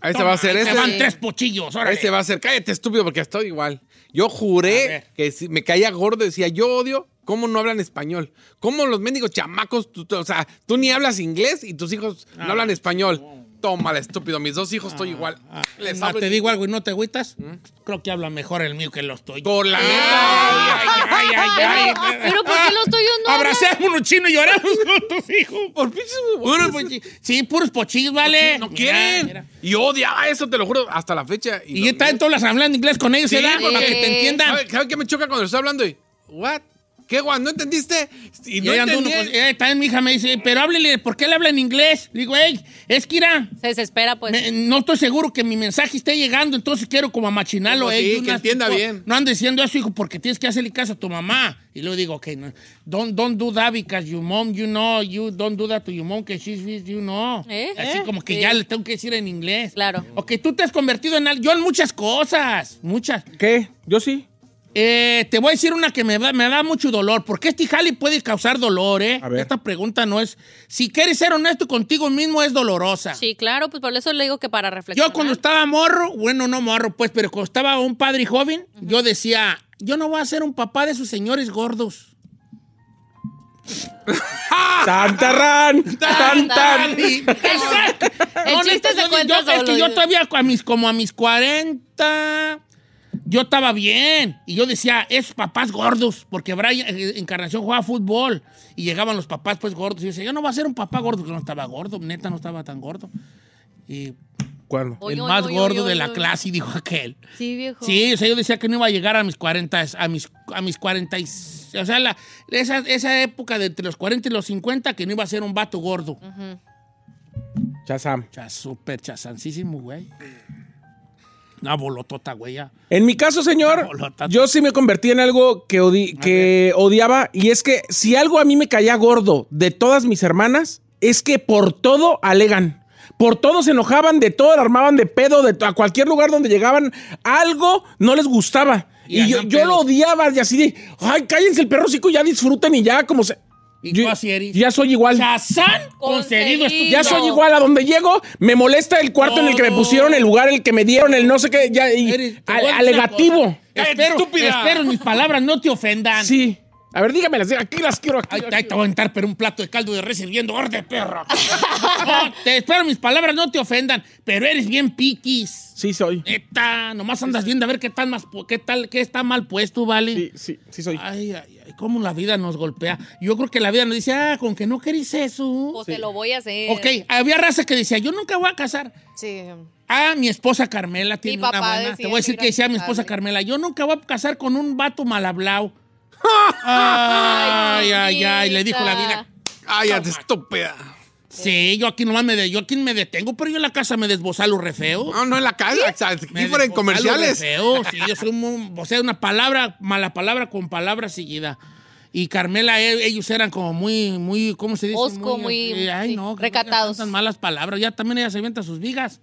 Speaker 8: Ahí se va a hacer
Speaker 3: ahí
Speaker 8: ese.
Speaker 3: te van tres pochillos, órale.
Speaker 8: Ahí se va a hacer. Cállate, estúpido, porque estoy igual. Yo juré que si me caía gordo. Decía, yo odio cómo no hablan español. Cómo los mendigos chamacos, tú- tú- o sea, tú ni hablas inglés y tus hijos no
Speaker 3: Ah.
Speaker 8: hablan español. Tómala, estúpido. Mis dos hijos estoy igual. Les
Speaker 3: No,
Speaker 8: hablo-
Speaker 3: te digo algo y no te agüitas. Creo que habla mejor el mío que los tuyos.
Speaker 8: Por Mm. la neta.
Speaker 3: Ay, ay, ay, ay, ay.
Speaker 5: *laughs* Pero ¿por qué los tuyos no
Speaker 3: Habrá seamos chino y lloremos *laughs* con tus hijos. Por Puros pochi- Sí, puros pochillos, vale.
Speaker 8: No quieren. Y odia ah, eso, te lo juro, hasta la fecha.
Speaker 3: ah, Y ya está en todas las hablas en inglés con ellos, ¿verdad? Para que te entiendan.
Speaker 8: ¿Sabes qué me choca cuando estoy hablando? Y, ¿What? ¿Qué, guay? ¿No entendiste? Y no
Speaker 3: ahí anda
Speaker 8: entendí.
Speaker 3: uno con- eh, también mi hija me dice, pero háblele, ¿por qué le habla en inglés? Le Digo, hey, es que irá.
Speaker 5: Se desespera, pues.
Speaker 3: no estoy seguro que mi mensaje esté llegando, entonces quiero como amachinarlo.
Speaker 8: Como
Speaker 3: ey,
Speaker 8: sí,
Speaker 3: de
Speaker 8: que
Speaker 3: unas-
Speaker 8: entienda
Speaker 3: tipo,
Speaker 8: bien.
Speaker 3: No ando diciendo eso, hijo, porque tienes que hacerle caso a tu mamá. Y luego digo, ok, no, don't, don't do that because your mom, you know, you don't do that to your mom, que she's with you, no.
Speaker 5: ¿Eh?
Speaker 3: Así
Speaker 5: ¿Eh?
Speaker 3: como que
Speaker 5: Sí.
Speaker 3: ya le tengo que decir en inglés.
Speaker 5: Claro.
Speaker 3: Ok, tú te has convertido en algo. Yo en muchas cosas, muchas. Eh,
Speaker 7: ¿Qué? Yo sí.
Speaker 3: te voy a decir una que me da, me da mucho dolor, porque este jale puede causar dolor, ¿eh? Esta pregunta no es. Si quieres ser honesto contigo mismo, es dolorosa.
Speaker 5: Sí, claro, pues por eso le digo que para reflexionar.
Speaker 3: Yo cuando estaba morro, bueno, no morro, pues, pero cuando estaba un padre joven, yo decía, yo no voy a ser un papá de esos señores gordos.
Speaker 7: *laughs* ¡Tantarán! ¡Tan, tan!
Speaker 3: Y- Exacto. No,
Speaker 5: chiste
Speaker 3: neta,
Speaker 5: se
Speaker 3: yo-
Speaker 5: cuenta
Speaker 3: yo- Es
Speaker 5: solo,
Speaker 3: que yo
Speaker 5: yo-
Speaker 3: todavía a mis, como a mis 40, yo estaba bien. Y yo decía, esos papás gordos, porque Brian, eh, Encarnación jugaba fútbol y llegaban los papás pues gordos. Y yo decía, yo no voy a ser un papá gordo, porque no estaba gordo, neta no estaba tan gordo. Y
Speaker 7: ¿Cuándo?
Speaker 3: el
Speaker 5: oy,
Speaker 3: más
Speaker 5: oy,
Speaker 3: gordo
Speaker 5: oy,
Speaker 3: de
Speaker 5: oy,
Speaker 3: la
Speaker 5: oy.
Speaker 3: clase, dijo aquel.
Speaker 5: Sí, viejo.
Speaker 3: Sí, o sea, yo decía que no iba a llegar a mis 40, a mis, a mis 40, y- o sea, la- esa, esa época de entre los 40 y los 50 que no iba a ser un vato gordo.
Speaker 5: Ujú.
Speaker 7: Chazam.
Speaker 3: Chas, súper chasancísimo, güey. Una bolotota, güey. ya.
Speaker 7: En mi caso, *laughs* señor,
Speaker 3: bolota.
Speaker 7: yo sí me convertí en algo que, odi- que odiaba. Y es que si algo a mí me caía gordo de todas mis hermanas, es que por todo alegan. Por todo se enojaban, de todo la armaban de pedo, de to- a cualquier lugar donde llegaban, algo no les gustaba. Y, yo, yo lo odiaba, y así de, ay, cállense el perro, chico, ya disfruten y ya, como se. yo, ya soy igual.
Speaker 3: ¡Chazán! Concedido,
Speaker 7: Ya
Speaker 3: estúpido.
Speaker 7: soy igual a donde llego, me molesta el cuarto en el que me pusieron, el lugar en el que me dieron, el no sé qué, ya, y
Speaker 3: Te voy
Speaker 7: al-
Speaker 3: a decir una
Speaker 7: alegativo.
Speaker 3: cosa. Espero, espero mis palabras no te ofendan.
Speaker 7: Sí. A ver, dígamelas, aquí las quiero. Aquí,
Speaker 3: Ahí te- ahí te voy a entrar, pero un plato de caldo de res hirviendo, ¡orde, perro! No, te espero mis palabras no te ofendan, pero eres bien piquis.
Speaker 7: Sí, soy.
Speaker 3: Neta, nomás andas viendo a ver qué tal, más, pu- qué tal, qué está mal puesto, ¿vale? Sí,
Speaker 7: sí, sí soy.
Speaker 3: Ay, ay, ay, cómo la vida nos golpea. Yo creo que la vida nos dice, ah, con que no querís eso.
Speaker 5: Pues te lo voy a hacer.
Speaker 3: Ok, había raza que decía, yo nunca voy a casar.
Speaker 5: Sí.
Speaker 3: Ah, mi esposa Carmela tiene una
Speaker 5: papá
Speaker 3: buena.
Speaker 5: decía
Speaker 3: Te voy a decir
Speaker 5: eso,
Speaker 3: que decía mi
Speaker 5: gracias,
Speaker 3: esposa
Speaker 5: padre.
Speaker 3: Carmela, yo nunca voy a casar con un vato mal *laughs* hablado. ay, ay, ay, le dijo la
Speaker 5: *laughs*
Speaker 3: vida.
Speaker 8: Ay,
Speaker 3: Toma.
Speaker 8: estúpida.
Speaker 3: Sí, yo aquí nomás me, de, yo aquí me detengo, pero yo en la casa me desbozalo re feo.
Speaker 8: No, no en la casa, o sea, aquí
Speaker 3: Me
Speaker 8: fuera en
Speaker 3: desbozalo
Speaker 8: comerciales.
Speaker 3: re feo, sí, yo soy un- o sea, una palabra, mala palabra con palabra seguida. Y Carmela, e- ellos eran como muy, muy, ¿cómo se dice?
Speaker 5: Osco, muy,
Speaker 3: eh, ay,
Speaker 5: sí,
Speaker 3: no, que no digas
Speaker 5: recatados.
Speaker 3: tantas malas palabras. Ya también ella se inventa sus vigas.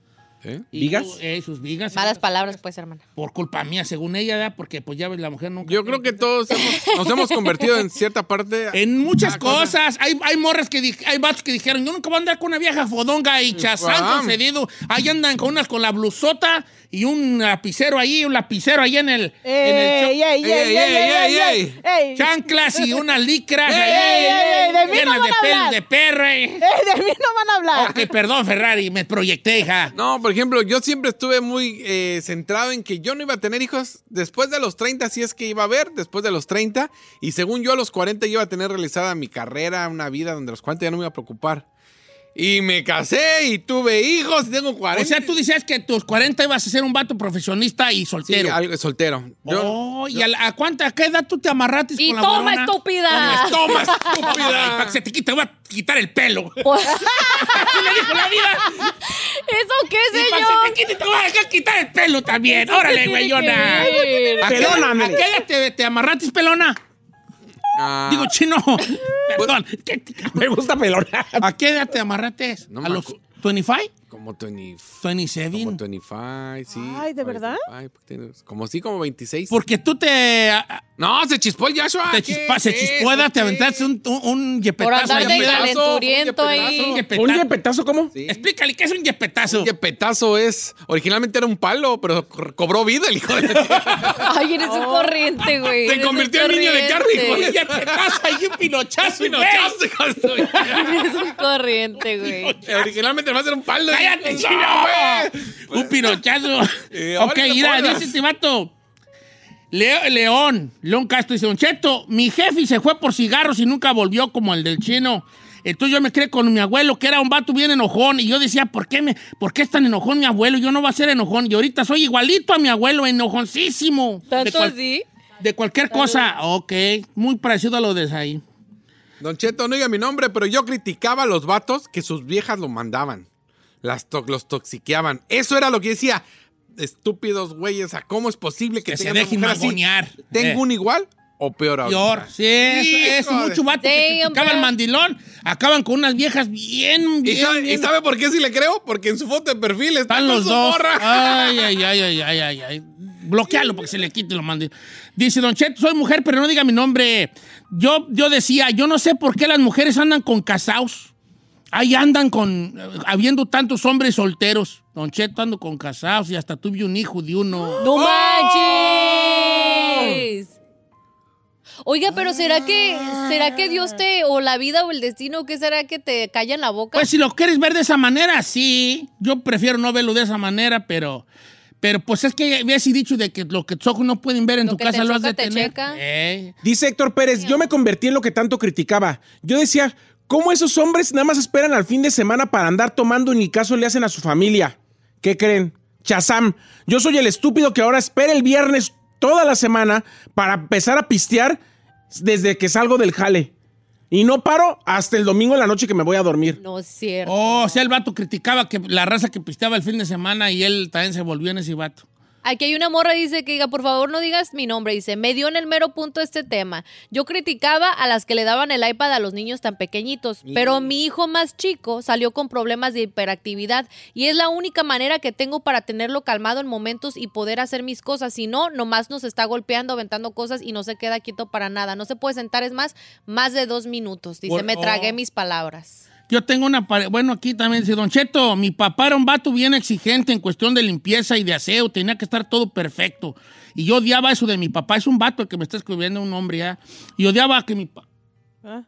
Speaker 3: Y
Speaker 7: ¿Vigas?
Speaker 3: yo, eh, sus vigas.
Speaker 5: Malas palabras, pues, hermana.
Speaker 3: Por culpa mía, según ella, ¿verdad? porque pues ya ves, la mujer nunca...
Speaker 8: Yo creo que todos hemos- nos hemos convertido en cierta parte.
Speaker 3: En muchas
Speaker 8: Ah, cosa.
Speaker 3: cosas. Hay, hay morras que di- hay vatos que dijeron, yo nunca voy a andar con una vieja fodonga y chazán
Speaker 8: guau.
Speaker 3: concedido. Ahí andan con unas con la blusota y un lapicero ahí, un lapicero ahí en el. en el cho-
Speaker 6: Ey, ey, ey, ey, ey, ey, ey.
Speaker 3: Chanclas y unas licras
Speaker 6: Ey,
Speaker 3: ahí,
Speaker 6: ey, ey, ey, de mí
Speaker 3: llenas
Speaker 6: no van
Speaker 3: de
Speaker 6: a
Speaker 3: pelos
Speaker 6: hablar.
Speaker 3: de perro. eh.
Speaker 6: *laughs* Ey, *laughs* de mí no van a hablar.
Speaker 8: *laughs*
Speaker 3: Ok, perdón, Ferrari, me proyecté, hija.
Speaker 8: No, por ejemplo, yo siempre estuve muy eh, centrado en que yo no iba a tener hijos después de los 30, si es que iba a haber, después de los 30. Y según yo, a los 40 iba a tener realizada mi carrera, una vida donde a los 40 ya no me iba a preocupar. Y me casé y tuve hijos y tengo 40.
Speaker 3: O sea, tú decías que a tus 40 ibas a ser un vato profesionista y soltero.
Speaker 8: Sí, algo- soltero.
Speaker 3: oh, ¿y a, la- a cuánta, a qué edad tú te amarrates
Speaker 5: Y
Speaker 3: con la
Speaker 5: toma,
Speaker 3: güerona?
Speaker 5: estúpida.
Speaker 3: Toma,
Speaker 6: *laughs*
Speaker 3: estúpida. Para que se te quite, te voy a quitar el pelo. *laughs* Así me dijo la vida.
Speaker 5: Pues- ¿Eso qué,
Speaker 3: Y para
Speaker 5: señor?
Speaker 3: que se te quite, te voy a dejar quitar el pelo también.
Speaker 5: Eso
Speaker 3: Órale,
Speaker 5: que tiene
Speaker 3: güeyona.
Speaker 5: que ver.
Speaker 3: ¿A qué edad-
Speaker 7: Pelóname.
Speaker 3: ¿A qué edad te, te amarrates, pelona?
Speaker 8: Ah,
Speaker 3: Digo,
Speaker 8: *laughs*
Speaker 3: chino. Perdón. ¿Qué-
Speaker 7: Me gusta pelona.
Speaker 3: ¿A qué edad te amarrates?
Speaker 8: No
Speaker 3: ¿A
Speaker 8: me
Speaker 3: los
Speaker 8: acu-
Speaker 3: 25?
Speaker 8: como 25.
Speaker 3: 27.
Speaker 8: Como 25, sí.
Speaker 6: Ay, ¿de verdad?
Speaker 8: 45, tienes- Como sí, como 26.
Speaker 3: Porque tú te.
Speaker 8: No, se chispó el Joshua.
Speaker 3: Te
Speaker 8: ¿Qué
Speaker 3: chispa, se
Speaker 8: es?
Speaker 3: chispeda,
Speaker 8: ¿Qué?
Speaker 3: te aventaste un, un, un yepetazo.
Speaker 5: andar
Speaker 3: ahí,
Speaker 5: de
Speaker 3: ¿verdad?
Speaker 5: calenturiento ahí.
Speaker 3: Un
Speaker 7: ¿Un
Speaker 3: yepetazo.
Speaker 7: yepetazo cómo?
Speaker 3: Explícale, ¿qué es un yepetazo?
Speaker 8: Un yepetazo es. Originalmente era un palo, pero co- cobró vida el *laughs* hijo de.
Speaker 5: Ay, eres un corriente, güey.
Speaker 8: Se
Speaker 5: Eres un
Speaker 8: convirtió en niño de carne y
Speaker 3: Un
Speaker 5: corriente.
Speaker 3: yepetazo y un
Speaker 8: *laughs*
Speaker 3: pinochazo.
Speaker 8: Pinochazo, hijo de su-
Speaker 5: *laughs* Eres un corriente, güey.
Speaker 8: Originalmente va a ser un palo.
Speaker 3: ¡Cállate, chino! *laughs*
Speaker 8: No, güey.
Speaker 3: Un pinochazo.
Speaker 8: Eh,
Speaker 3: ok,
Speaker 8: ahora te
Speaker 3: mira,
Speaker 8: pones.
Speaker 3: dice este vato. Leo- León, León Castro dice, Don Cheto, mi jefe se fue por cigarros y nunca volvió como el del chino. Entonces yo me creé con mi abuelo, que era un vato bien enojón, y yo decía, ¿por qué, me, ¿por qué es tan enojón mi abuelo? Yo no voy a ser enojón, y ahorita soy igualito a mi abuelo, enojoncísimo. De
Speaker 5: ¿Tanto
Speaker 3: cual-
Speaker 5: así?
Speaker 3: De cualquier cosa, ok, muy parecido a lo de ahí.
Speaker 8: Don Cheto, no diga mi nombre, pero yo criticaba a los vatos que sus viejas lo mandaban. Las to- los toxiqueaban. Eso era lo que decía. Estúpidos güeyes, ¿a ¿cómo es posible que,
Speaker 3: Que se
Speaker 8: tengan una
Speaker 3: dejen
Speaker 8: mujer así?
Speaker 3: mangonear.
Speaker 8: ¿Tengo
Speaker 3: Eh.
Speaker 8: un igual o peor ahora?
Speaker 3: Peor, sí, es, es
Speaker 8: Hijo de-
Speaker 3: mucho vato que criticaba al mandilón, acaban con unas viejas bien, bien,
Speaker 8: ¿Y sabe, y
Speaker 3: bien-
Speaker 8: sabe por qué si le creo? Porque en su foto de perfil está
Speaker 3: Están
Speaker 8: con
Speaker 3: los
Speaker 8: su
Speaker 3: dos.
Speaker 8: morra.
Speaker 3: Ay, ay, ay, ay, ay, ay, ay. Bloquealo porque se le quite y lo mande. Dice Don Cheto, soy mujer, pero no diga mi nombre. Yo, yo decía, yo no sé por qué las mujeres andan con casados. Ahí andan con, eh, habiendo tantos hombres solteros. Don Cheto ando con casados y hasta tuve un hijo de uno. ¡Oh!
Speaker 5: ¡No manches! Oiga, pero ¿será que, ¿será que Dios te, o la vida o el destino, qué será que te callan la boca?
Speaker 3: Pues si lo quieres ver de esa manera, sí. Yo prefiero no verlo de esa manera, pero... Pero pues es que ves y dicho de que lo que tus ojos no pueden ver en tu
Speaker 5: que
Speaker 3: casa
Speaker 5: te
Speaker 3: lo has de
Speaker 5: choca, te
Speaker 3: tener.
Speaker 5: checa.
Speaker 3: Eh.
Speaker 7: Dice Héctor Pérez, yo me convertí en lo que tanto criticaba. Yo decía, ¿cómo esos hombres nada más esperan al fin de semana para andar tomando y ni caso le hacen a su familia? ¿Qué creen? Chazam, yo soy el estúpido que ahora espera el viernes toda la semana para empezar a pistear desde que salgo del jale. Y no paro hasta el domingo en la noche que me voy a dormir.
Speaker 5: No es cierto.
Speaker 3: Oh, o sea, el vato criticaba que la raza que pisteaba el fin de semana y él también se volvió en ese vato.
Speaker 5: Aquí hay una morra dice que diga, por favor no digas mi nombre. Dice, me dio en el mero punto este tema. Yo criticaba a las que le daban el iPad a los niños tan pequeñitos, pero mi hijo más chico salió con problemas de hiperactividad y es la única manera que tengo para tenerlo calmado en momentos y poder hacer mis cosas. Si no, nomás nos está golpeando, aventando cosas y no se queda quieto para nada. No se puede sentar, es más, más de dos minutos. Dice,
Speaker 3: Por-
Speaker 5: me tragué
Speaker 3: oh.
Speaker 5: mis palabras.
Speaker 3: Yo tengo una pare- Bueno, aquí también dice, Don Cheto, mi papá era un vato bien exigente en cuestión de limpieza y de aseo. Tenía que estar todo perfecto. Y yo odiaba eso de mi papá. Es un vato el que me está escribiendo un hombre ya. Y odiaba que mi pa-
Speaker 6: Ah.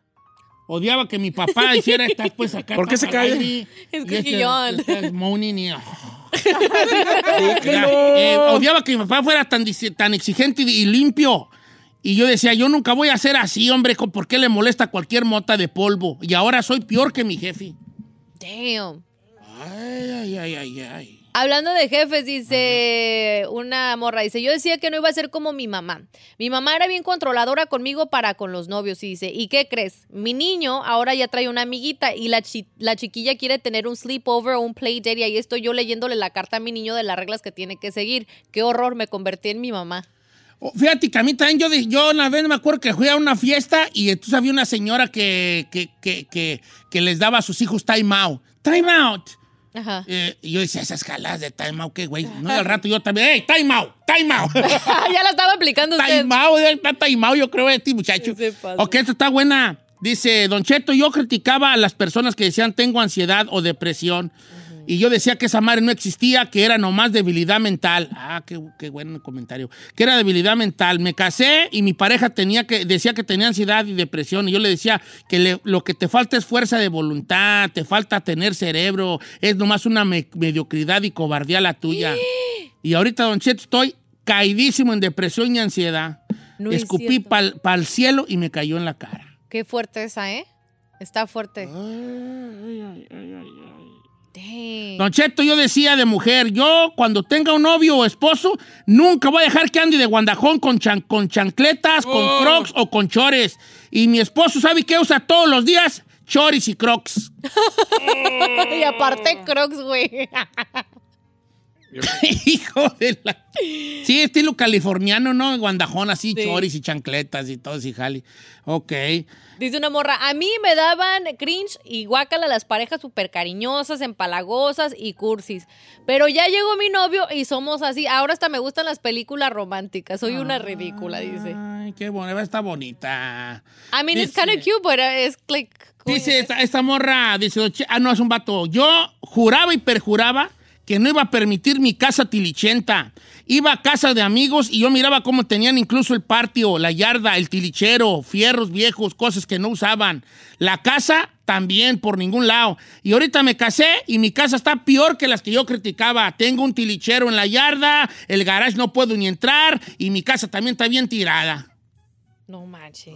Speaker 3: Odiaba que mi papá hiciera estas pues acá.
Speaker 7: ¿Por qué se calla?
Speaker 5: Es
Speaker 3: que
Speaker 5: cosquillón.
Speaker 3: ah, Mira, eh, odiaba que mi papá fuera tan, dis- tan exigente y, y limpio. Y yo decía, yo nunca voy a ser así, hombre, ¿con- ¿por qué le molesta cualquier mota de polvo? Y ahora soy peor que mi jefe.
Speaker 5: Damn.
Speaker 3: Ay, ay, ay, ay, ay.
Speaker 5: Hablando de jefes, dice una morra, dice, yo decía que no iba a ser como mi mamá. Mi mamá era bien controladora conmigo para con los novios, y dice, ¿y qué crees? Mi niño ahora ya trae una amiguita y la, chi- la chiquilla quiere tener un sleepover o un play date y ahí estoy yo leyéndole la carta a mi niño de las reglas que tiene que seguir. Qué horror, me convertí en mi mamá.
Speaker 3: Oh, Fíjate que a mí también, yo, de- yo una vez me acuerdo que fui a una fiesta y entonces había una señora que, que, que, que, que les daba a sus hijos time out. Time out.
Speaker 5: Ajá.
Speaker 3: Eh, y yo decía, esas jaladas de time out, qué güey. No, y al rato yo también, ¡hey, time out! ¡Time *laughs* out!
Speaker 5: *laughs* ya la estaba aplicando usted.
Speaker 3: Taimao, ya está taimao, yo creo, este muchacho. Ok, esta está buena. Dice, Don Cheto, yo criticaba a las personas que decían tengo ansiedad o depresión. Y yo decía que esa madre no existía, que era nomás debilidad mental. Ah, qué, qué buen comentario. Que era debilidad mental. Me casé y mi pareja tenía que, decía que tenía ansiedad y depresión. Y yo le decía que le- lo que te falta es fuerza de voluntad, te falta tener cerebro. Es nomás una me- mediocridad y cobardía la tuya. Y ahorita, Don Cheto, estoy caidísimo en depresión y ansiedad.
Speaker 5: No es
Speaker 3: Escupí
Speaker 5: cierto.
Speaker 3: para el cielo y me cayó en la cara.
Speaker 5: Qué fuerte esa, ¿eh? Está fuerte. Dang.
Speaker 3: Don Cheto, yo decía de mujer, yo cuando tenga un novio o esposo, nunca voy a dejar que ande de guandajón con, chan- con chancletas,
Speaker 8: Oh.
Speaker 3: con crocs o con chores. Y mi esposo, ¿sabe qué usa todos los días? Choris y crocs.
Speaker 5: y aparte Crocs, güey.
Speaker 3: *laughs* Hijo de la... Sí, estilo californiano, ¿no? Guandajón así, choris y chancletas y todo, y jali. Ok.
Speaker 5: Dice una morra, a mí me daban cringe y guácala las parejas súper cariñosas, empalagosas y cursis. Pero ya llegó mi novio y somos así. Ahora hasta me gustan las películas románticas. Soy
Speaker 3: Ah,
Speaker 5: una ridícula, dice.
Speaker 3: Ay, qué bonita, está bonita.
Speaker 5: I mean, it's
Speaker 3: dice-
Speaker 5: kind of cute, but uh, it's like...
Speaker 3: Dice esta, esta morra, dice, "Don Che- ah, no, es un vato. Yo juraba y perjuraba que no iba a permitir mi casa tilichenta. Iba a casa de amigos y yo miraba cómo tenían incluso el patio, la yarda, el tilichero, fierros viejos, cosas que no usaban. La casa también, por ningún lado. Y ahorita me casé y mi casa está peor que las que yo criticaba. Tengo un tilichero en la yarda, el garage no puedo ni entrar y mi casa también está bien tirada.
Speaker 5: No manches.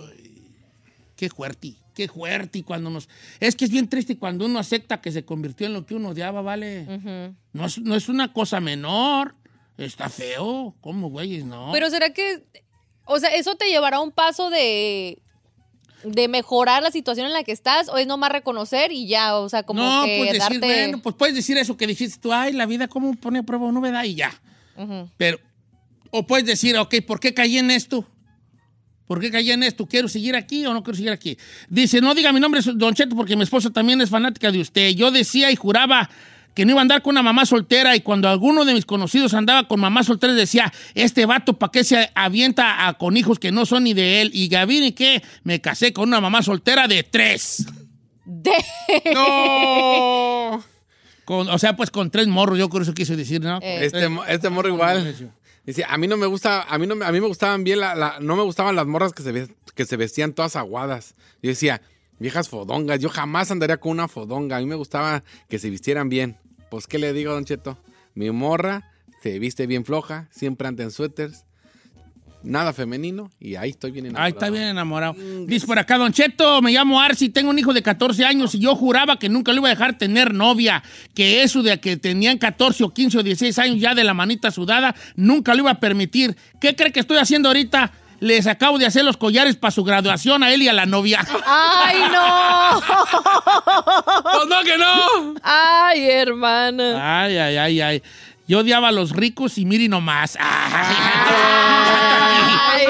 Speaker 3: Qué fuerte, qué fuerte cuando nos... Es que es bien triste cuando uno acepta que se convirtió en lo que uno odiaba, ¿vale?
Speaker 5: Ujú.
Speaker 3: No es, no es una cosa menor. Está feo. ¿Cómo, güeyes? No.
Speaker 5: Pero será que, o sea, eso te llevará a un paso de, de mejorar la situación en la que estás o es nomás reconocer y ya, o sea, como
Speaker 3: no,
Speaker 5: que
Speaker 3: pues decir,
Speaker 5: darte...
Speaker 3: bueno, pues puedes decir eso que dijiste tú, ay, la vida, ¿cómo pone a prueba novedad? Y ya.
Speaker 5: Ujú.
Speaker 3: Pero, o puedes decir, ok, ¿por qué caí en esto? ¿Por qué caí en esto? ¿Quiero seguir aquí o no quiero seguir aquí? Dice, no diga mi nombre, Don Cheto, porque mi esposa también es fanática de usted. Yo decía y juraba que no iba a andar con una mamá soltera y cuando alguno de mis conocidos andaba con mamá soltera decía, este vato, ¿para qué se avienta a- con hijos que no son ni de él? Y Gavín, ¿y qué? Me casé con una mamá soltera de tres. ¡No! Con- o sea, pues con tres morros, yo creo eso quiso decir, ¿no?
Speaker 8: Este, mo- este morro igual. Dice, a mí no me gusta, a mí no me- a mí me gustaban bien la, la- no me gustaban las morras que se, ve- que se vestían todas aguadas. Yo decía, viejas fodongas, yo jamás andaría con una fodonga. A mí me gustaba que se vistieran bien. Pues, ¿qué le digo, Don Cheto? Mi morra se viste bien floja, siempre anda en suéteres, nada femenino, y ahí estoy bien enamorado.
Speaker 3: Ahí está bien enamorado. Dice por acá, Don Cheto, me llamo Arsi, tengo un hijo de 14 años y yo juraba que nunca le iba a dejar tener novia, que eso de que tenían 14 o 15 o 16 años ya de la manita sudada, nunca lo iba a permitir. ¿Qué cree que estoy haciendo ahorita? Les acabo de hacer los collares para su graduación a él y a la novia.
Speaker 5: *laughs* ¡Ay, no!
Speaker 3: Pues no, que no.
Speaker 5: ¡Ay, hermana!
Speaker 3: Ay, ay, ay, ay. Yo odiaba a los ricos y miri nomás. *laughs*
Speaker 5: Ay,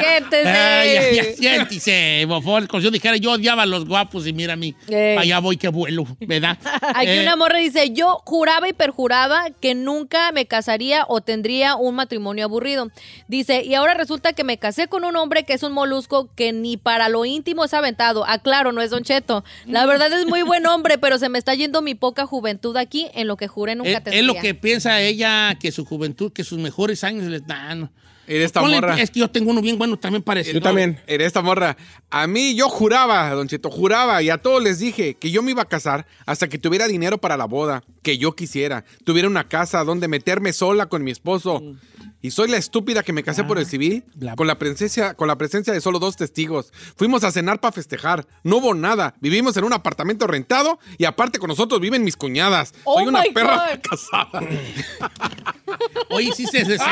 Speaker 5: siéntese.
Speaker 3: Ay, ay, ay, siéntese, bofón. Como si yo dijera, yo odiaba a los guapos y mira a mí.
Speaker 5: Ey.
Speaker 3: Allá voy que vuelo, ¿verdad?
Speaker 5: *laughs* Aquí
Speaker 3: Eh,
Speaker 5: una morra dice, yo juraba y perjuraba que nunca me casaría o tendría un matrimonio aburrido. Dice, y ahora resulta que me casé con un hombre que es un molusco que ni para lo íntimo es aventado. Aclaro, no es Don Cheto. La verdad es muy buen hombre, pero se me está yendo mi poca juventud aquí en lo que juré nunca
Speaker 3: es,
Speaker 5: tendría.
Speaker 3: Eh, es lo que piensa ella, que su juventud, que sus mejores años les dan.
Speaker 8: Eres esta
Speaker 3: Ponle-
Speaker 8: morra.
Speaker 3: Es que yo tengo uno bien bueno también parecido.
Speaker 8: Eh, En esta morra. A mí yo juraba, Don Cheto, juraba y a todos les dije que yo me iba a casar hasta que tuviera dinero para la boda, que yo quisiera, tuviera una casa donde meterme sola con mi esposo. Y soy la estúpida que me casé por el civil con la presencia con la presencia de solo dos testigos. Fuimos a cenar para festejar, no hubo nada. Vivimos en un apartamento rentado y aparte con nosotros viven mis cuñadas.
Speaker 3: Oh
Speaker 8: soy una
Speaker 3: my
Speaker 8: perra casada.
Speaker 3: Oye, sí, sí, sí, sí, sí.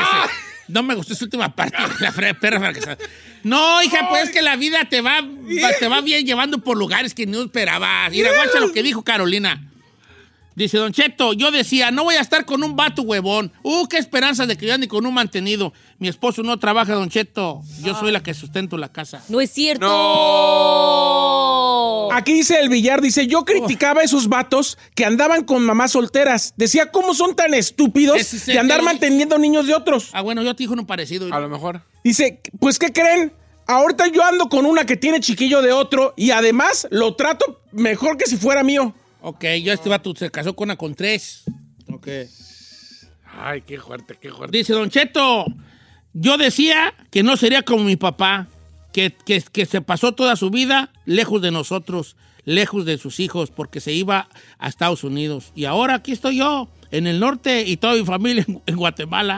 Speaker 3: No me gustó esa última parte de *laughs* la fra- perra fracasada. No, hija, pues es que la vida te va, va- te va bien llevando por lugares que no esperabas. Mira, guacha lo que dijo Carolina. Dice, Don Cheto, yo decía, no voy a estar con un vato huevón. Uh, qué esperanza de que yo ande con un mantenido. Mi esposo no trabaja, Don Cheto. Yo soy la que sustento la casa.
Speaker 5: No es cierto.
Speaker 7: Aquí dice el billar, dice,
Speaker 3: Oh.
Speaker 7: yo criticaba a esos vatos que andaban con mamás solteras. Decía, ¿cómo son tan
Speaker 3: Ese
Speaker 7: estúpidos
Speaker 3: es
Speaker 7: de
Speaker 3: el
Speaker 7: andar
Speaker 3: del-
Speaker 7: manteniendo niños de otros?
Speaker 3: Ah, bueno, yo te dije uno parecido. A lo
Speaker 8: mejor.
Speaker 7: Dice, pues ¿qué creen? Ahorita yo ando con una que tiene chiquillo de otro y además lo trato mejor que si fuera mío.
Speaker 3: Ok, yo este vato se casó con una con tres. Ok.
Speaker 8: Ay, qué fuerte, qué fuerte.
Speaker 3: Dice Don Cheto, yo decía que no sería como mi papá, que, que- que se pasó toda su vida lejos de nosotros, lejos de sus hijos, porque se iba a Estados Unidos. Y ahora aquí estoy yo, en el norte, y toda mi familia en, en Guatemala.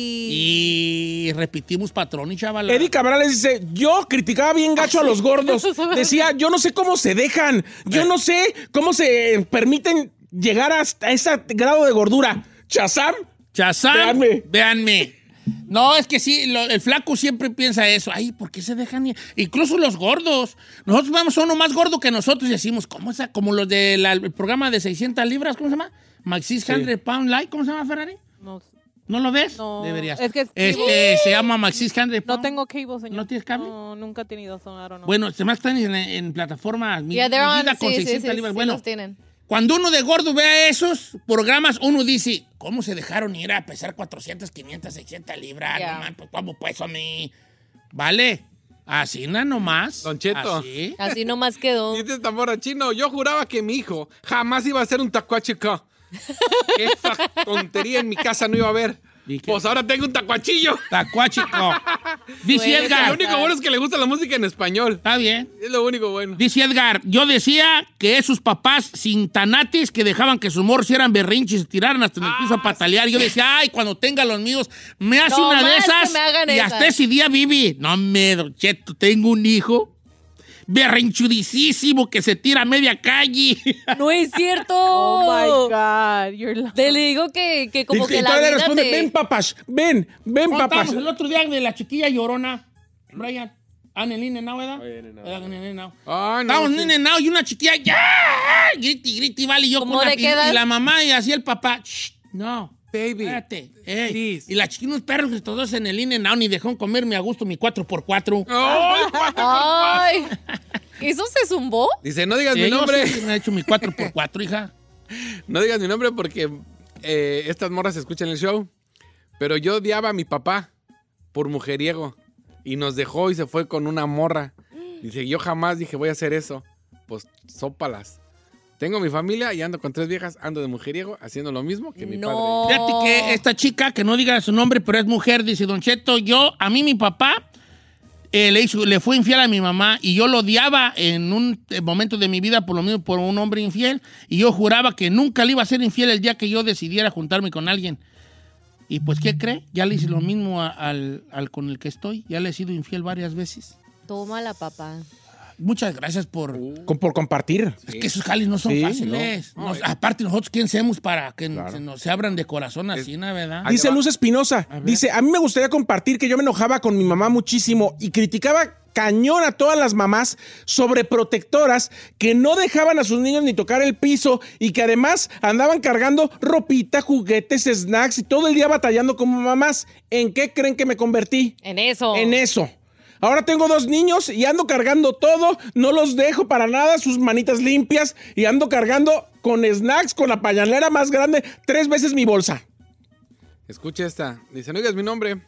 Speaker 3: Y repetimos patrones, chaval.
Speaker 7: Eddie Cabrales dice, yo criticaba bien
Speaker 3: Ah,
Speaker 7: gacho a
Speaker 3: *laughs*
Speaker 7: los gordos. Decía, yo no sé cómo se dejan,
Speaker 3: Eh.
Speaker 7: yo no sé cómo se permiten llegar hasta ese grado de gordura. Chazam.
Speaker 3: Chazam. Véanme. No, es que sí, lo- el flaco siempre piensa eso. Ay, ¿por qué se dejan? ir? Incluso los gordos. Nosotros vemos a uno más gordo que nosotros y decimos, ¿cómo es? Como los del al- programa de 600 libras, ¿cómo se llama? Maxis 100 Pound Light, ¿cómo se llama Ferrari?
Speaker 6: No,
Speaker 3: ¿No lo ves?
Speaker 6: no.
Speaker 3: Deberías.
Speaker 6: Es que
Speaker 3: Este, se llama Maxis 100
Speaker 6: No
Speaker 3: Pound.
Speaker 6: tengo cable, señor.
Speaker 3: ¿No tienes cable?
Speaker 6: No, nunca he tenido sonaro, no.
Speaker 3: Bueno, se me están en, en plataformas. Mi,
Speaker 5: Yeah, they're
Speaker 3: Mi
Speaker 5: on-
Speaker 3: vida con
Speaker 5: sí, sí,
Speaker 3: 600
Speaker 5: sí,
Speaker 3: libras.
Speaker 5: sí
Speaker 3: bueno,
Speaker 5: los tienen.
Speaker 3: cuando uno de gordo ve a esos programas, uno dice, ¿cómo se dejaron ir a pesar 400, 500, 600 libras?
Speaker 5: Ya.
Speaker 3: No man, pues, ¿Cómo pues a mí? ¿Vale? Así, na nomás.
Speaker 8: Don Cheto.
Speaker 3: Así.
Speaker 5: Así nomás quedó.
Speaker 8: *laughs* Dice esta morra, chino, yo juraba que mi hijo jamás iba a ser un
Speaker 5: *laughs*
Speaker 8: tacuachico. Esta tontería en mi casa no iba a haber. Pues ahora tengo un tacuachillo. *laughs*
Speaker 3: Tacuachico.
Speaker 8: Dice
Speaker 3: Dice Edgar.
Speaker 8: Lo único bueno es que le gusta la música en español.
Speaker 3: Está bien.
Speaker 8: Es lo único bueno.
Speaker 3: Dice Edgar, yo decía que esos papás sin tanates que dejaban que sus morros eran berrinches y tiraran hasta en el piso a patalear. Yo decía, ay, cuando tenga los míos, me hace
Speaker 5: Ah, No
Speaker 3: una de
Speaker 5: más que
Speaker 3: esas
Speaker 5: me hagan
Speaker 3: y
Speaker 5: esa.
Speaker 3: hasta ese día viví. No me, Don Cheto, tengo un hijo berrinchudicísimo que se tira a media calle. *laughs*
Speaker 5: No es cierto.
Speaker 6: Oh my God, you're
Speaker 5: Te le digo que, que como
Speaker 7: y,
Speaker 5: que
Speaker 7: y
Speaker 5: la
Speaker 7: todavía
Speaker 5: vida
Speaker 7: le responde,
Speaker 5: te-
Speaker 7: ven papas, ven, ven papas.
Speaker 3: Contamos el otro día de la chiquilla llorona, Brian. I'm in and out, ¿verdad? I'm in and out. Estamos en In and Out y una chiquilla, ¡ya! Griti, griti, vale. Y yo con
Speaker 5: ¿Cómo
Speaker 3: la,
Speaker 5: de qué edad?
Speaker 3: y, y la mamá y así el papá, "Shh, no. Baby. Espérate. ey". Y la chiquilla, unos perros que todos en el In and Out ni dejaron comerme a gusto mi 4x4.
Speaker 5: Ay. ¿Eso se zumbó?
Speaker 8: Dice, no digas
Speaker 3: Sí,
Speaker 8: mi
Speaker 3: yo
Speaker 8: nombre.
Speaker 3: sí que me ha hecho mi 4x4, hija.
Speaker 8: *laughs* No digas mi nombre porque eh, estas morras escuchan el show. Pero yo odiaba a mi papá por mujeriego. Y nos dejó y se fue con una morra. Dice, yo jamás dije voy a hacer eso. Pues sópalas. Tengo mi familia y ando con tres viejas, ando de mujeriego, haciendo lo mismo que mi padre.
Speaker 3: Fíjate que esta chica, que no diga su nombre, pero es mujer, dice, Don Cheto, yo, a mí mi papá eh, le, hizo- le fue infiel a mi mamá y yo lo odiaba en un eh, momento de mi vida por lo mismo, por un hombre infiel, y yo juraba que nunca le iba a ser infiel el día que yo decidiera juntarme con alguien. Y pues, ¿qué cree? Ya le hice lo mismo a- al, al con el que estoy, ya le he sido infiel varias veces.
Speaker 5: Toma la papá.
Speaker 3: Muchas gracias por...
Speaker 7: Com- por compartir.
Speaker 3: Es que esos jales no son
Speaker 7: Oh, Sí,
Speaker 3: fáciles.
Speaker 7: no. eh.
Speaker 3: Nos- aparte, nosotros, ¿quién somos para que se, nos, se abran de corazón así, ¿no? ¿verdad?
Speaker 7: Dice Luz Espinosa, dice, a mí me gustaría compartir que yo me enojaba con mi mamá muchísimo y criticaba cañón a todas las mamás sobreprotectoras que no dejaban a sus niños ni tocar el piso y que además andaban cargando ropita, juguetes, snacks y todo el día batallando como mamás. ¿En qué creen que me convertí?
Speaker 5: En eso.
Speaker 7: En eso. Ahora tengo dos niños y ando cargando todo, no los dejo para nada, sus manitas limpias y ando cargando con snacks, con la pañalera más grande, tres veces mi bolsa.
Speaker 8: Escucha esta. Dice, no digas mi nombre.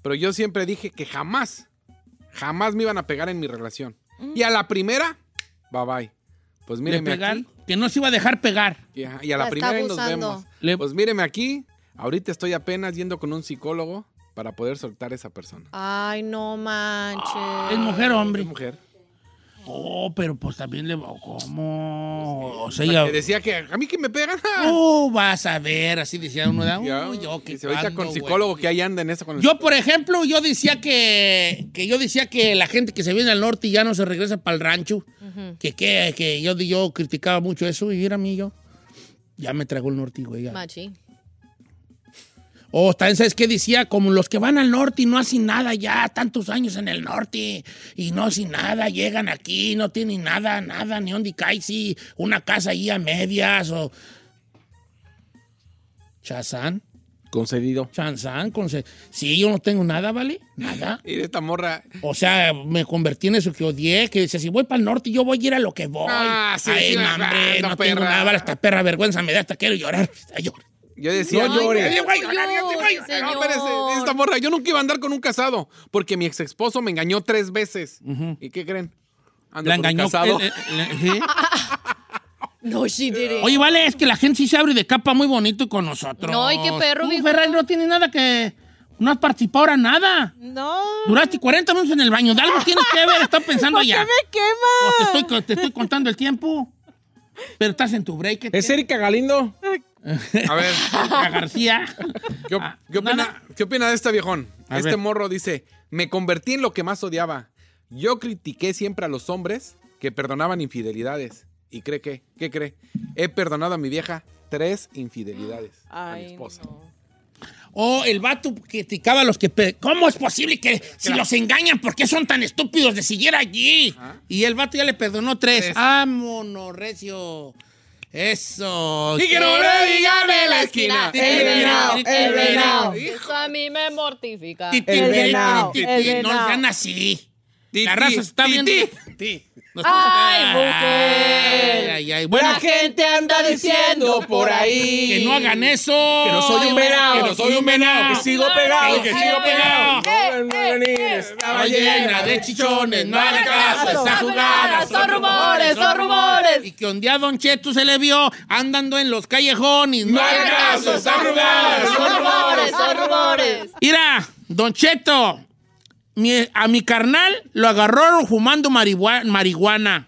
Speaker 8: Pero yo siempre dije que jamás, jamás me iban a pegar en mi relación. Y a la primera, bye bye. Pues
Speaker 3: Le
Speaker 8: míreme
Speaker 3: pegar,
Speaker 8: aquí.
Speaker 3: que no se iba a dejar pegar.
Speaker 8: Y, ajá, y a
Speaker 3: La
Speaker 8: la,
Speaker 3: está
Speaker 8: primera ahí nos
Speaker 3: abusando.
Speaker 8: vemos. Pues míreme aquí. Ahorita estoy apenas yendo con un psicólogo para poder soltar a esa persona.
Speaker 5: Ay, no manches.
Speaker 3: ¿Es mujer o hombre?
Speaker 8: mujer.
Speaker 3: Oh, pero pues también le... ¿Cómo? O sea,
Speaker 8: Porque
Speaker 3: ya-
Speaker 8: decía que a mí que me pegan.
Speaker 3: Oh, vas a ver, así decía uno. ¿verdad? Uy, yo que
Speaker 8: Dice, ahorita
Speaker 3: cuando,
Speaker 8: con
Speaker 3: güey.
Speaker 8: psicólogo que ahí anda en eso con el-
Speaker 3: Yo, por ejemplo, yo decía que, que yo decía que la gente que se viene al norte y ya no se regresa para el rancho, que, que, que yo, yo criticaba mucho eso y era a mí yo. Ya me tragó el norte, güey. ya.
Speaker 5: Machi.
Speaker 3: O también, ¿sabes qué decía? Como los que van al norte y no hacen nada ya, tantos años en el norte y no hacen nada, llegan aquí, no tienen nada, nada, ni donde cae, sí, una casa ahí a medias o... Chazán.
Speaker 7: Concedido.
Speaker 3: Chanzán, concedido. Sí, yo no tengo nada, ¿vale? Nada.
Speaker 8: *laughs* Y esta morra.
Speaker 3: O sea, me convertí en eso que odié, que decía, si voy para el norte, yo voy a ir a lo que voy.
Speaker 8: Ah, sí,
Speaker 3: Ay,
Speaker 8: sí,
Speaker 3: no,
Speaker 8: me
Speaker 3: hombre,
Speaker 8: acuerdo,
Speaker 3: no tengo
Speaker 8: perra.
Speaker 3: nada, vale, esta perra vergüenza me da, hasta quiero llorar.
Speaker 8: Yo decía,
Speaker 3: No llores.
Speaker 8: Yo voy a llorar, yo te voy a llorar. No, espérese, dice esta morra, yo nunca iba a andar con un casado porque mi ex esposo me engañó tres veces. ¿Y qué creen? Ando
Speaker 3: La
Speaker 8: con un
Speaker 3: engañó.
Speaker 8: casado.
Speaker 3: eh, eh, eh, ¿sí?
Speaker 5: No, she didn't.
Speaker 3: Oye, vale, es que la gente sí se abre de capa muy bonito con nosotros.
Speaker 5: No, y qué perro,
Speaker 3: Tú,
Speaker 5: viejo.
Speaker 3: Ferrari, no tiene nada que... No has participado ahora nada.
Speaker 6: No.
Speaker 3: Duraste 40 minutos en el baño. De algo tienes que ver, está pensando
Speaker 6: ¿Por
Speaker 3: ya.
Speaker 6: qué me
Speaker 3: Pues te,
Speaker 6: quema?
Speaker 3: estoy, co- te estoy contando el tiempo. Pero estás en tu break. ¿qué
Speaker 7: ¿Es
Speaker 3: te-
Speaker 7: Erika Galindo?
Speaker 8: *laughs* A ver,
Speaker 3: Erika García.
Speaker 8: ¿qué, op- qué opina, qué opina de este viejón?
Speaker 3: Ah, A
Speaker 8: este
Speaker 3: ver.
Speaker 8: morro dice, me convertí en lo que más odiaba. Yo critiqué siempre a los hombres que perdonaban infidelidades. ¿Y cree que ¿Qué cree? He perdonado a mi vieja tres infidelidades a mi esposa.
Speaker 3: O Oh, el vato criticaba a los que... pe- ¿Cómo es posible que si los engañan, por qué son tan estúpidos de seguir allí? Y el vato ya le perdonó tres. Ah,
Speaker 8: Tres.
Speaker 3: ¡Vámonos, recio! Eso.
Speaker 8: Y que no me digan en la esquina.
Speaker 5: El venado,
Speaker 3: el venado.
Speaker 5: Eso a mí me mortifica.
Speaker 3: Titi, titi, titi, No sean así. La raza se está viendo. Titi. Ay, ay, ay, Bueno,
Speaker 7: La gente anda diciendo por ahí
Speaker 3: que no hagan eso.
Speaker 7: que no soy un venado,
Speaker 3: Que no soy un venado.
Speaker 7: que sigo pegado,
Speaker 3: Que sigo pegado.
Speaker 7: Estaba
Speaker 3: llena de chichones, no hagan caso, esa jugada,
Speaker 7: son rumores, son rumores.
Speaker 3: Y que un día Don Cheto se le vio andando en los callejones, no hagan caso, esa jugada, son rumores, son rumores. Mira, Don Cheto, mi- a mi carnal lo agarraron fumando marihua- marihuana.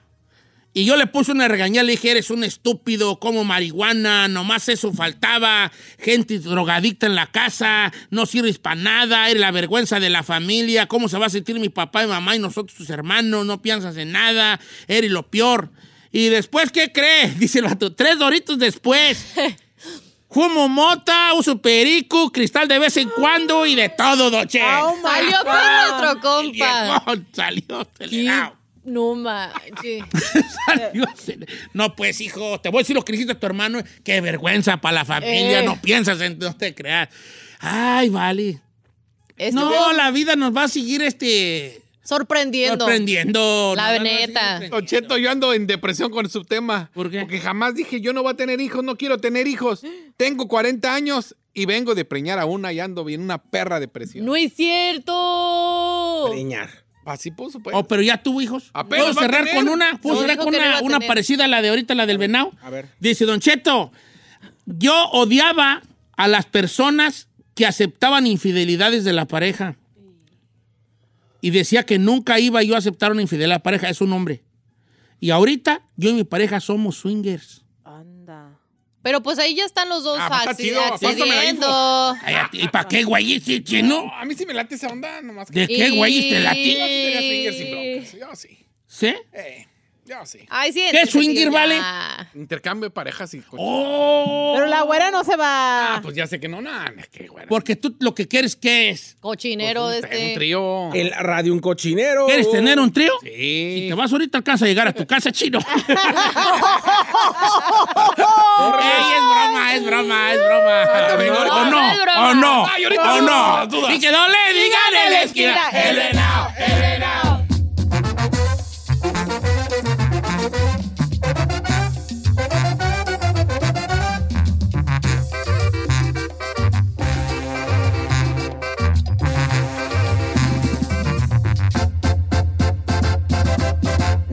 Speaker 3: Y yo le puse una regañada, le dije, eres un estúpido, como marihuana, nomás eso faltaba, gente drogadicta en la casa, no sirves para nada, eres la vergüenza de la familia, cómo se va a sentir mi papá y mamá y nosotros tus hermanos, no piensas en nada, eres lo peor. Y después, ¿qué crees? *laughs* Dice el vato, tres doritos después. Fumo mota, uso perico, cristal de vez en cuando y de todo, doche.
Speaker 5: Salió con otro compa.
Speaker 3: *laughs* Salió acelerado.
Speaker 5: No manches.
Speaker 3: Salió acelerado. No, pues, hijo, te voy a decir lo que le dijiste a tu hermano. Qué vergüenza para la familia.
Speaker 5: Eh.
Speaker 3: No piensas en no te creas. Ay, vale.
Speaker 5: Estuvo
Speaker 3: No, la vida nos va a seguir este.
Speaker 5: sorprendiendo.
Speaker 3: Sorprendiendo.
Speaker 5: La
Speaker 3: No, no, no,
Speaker 5: neta.
Speaker 8: Don Cheto, yo ando en depresión con su tema. ¿Por qué? Porque jamás dije, yo no voy a tener hijos, no quiero tener hijos. Tengo 40 años y vengo de preñar a una y ando bien una perra depresión.
Speaker 5: No es cierto.
Speaker 8: Así puso, pues.
Speaker 3: Oh, pero ya tuvo hijos.
Speaker 8: Apenas
Speaker 3: ¿Puedo
Speaker 8: va a
Speaker 3: cerrar
Speaker 8: tener.
Speaker 3: con una? ¿Puedo
Speaker 8: No,
Speaker 3: cerrar
Speaker 8: dijo
Speaker 3: con
Speaker 8: que no
Speaker 3: una,
Speaker 8: iba a
Speaker 3: una
Speaker 8: tener.
Speaker 3: parecida a la de ahorita, la del venado?
Speaker 8: A ver.
Speaker 3: Dice, Don Cheto, yo odiaba a las personas que aceptaban infidelidades de la pareja. Y decía que nunca iba yo a aceptar una infidelidad de la pareja, es un hombre. Y ahorita yo y mi pareja somos swingers.
Speaker 5: Pero pues ahí ya están los dos
Speaker 8: Ah, pues, está
Speaker 5: acci-
Speaker 8: chido, apástamela,
Speaker 5: accediendo.
Speaker 3: Cállate, ¿Y para qué, güey? ¿Sí, sí, no?
Speaker 8: A mí sí me late esa onda, nomás
Speaker 3: ¿De qué, güey? ¿Te
Speaker 8: Yo sí
Speaker 3: late?
Speaker 8: sería swinger sin broncas, Yo sí.
Speaker 3: ¿Sí?
Speaker 8: Eh, yo sí.
Speaker 5: Ay, sí.
Speaker 3: ¿Qué swinger vale?
Speaker 8: Intercambio de parejas y cosas.
Speaker 3: ¡Oh!
Speaker 6: Pero la güera no se
Speaker 3: Ah,
Speaker 6: va.
Speaker 8: Pues ya sé que no, nada, es que güey.
Speaker 3: Porque tú lo que quieres, ¿qué es?
Speaker 5: Cochinero de
Speaker 8: Eh,
Speaker 5: este.
Speaker 8: trío.
Speaker 7: El radio un cochinero.
Speaker 3: ¿Quieres tener un trío?
Speaker 8: Sí.
Speaker 3: Si te vas ahorita alcanza a llegar a tu casa, chino. Ey, es broma, es broma, es broma. ¿O no?
Speaker 8: no es broma.
Speaker 3: ¿O no?
Speaker 8: Ay, ahorita
Speaker 3: ¿O
Speaker 8: no,
Speaker 3: no?
Speaker 8: las dudas.
Speaker 3: Y que no le digan en la esquina.
Speaker 8: eh.
Speaker 3: El venao, el venao.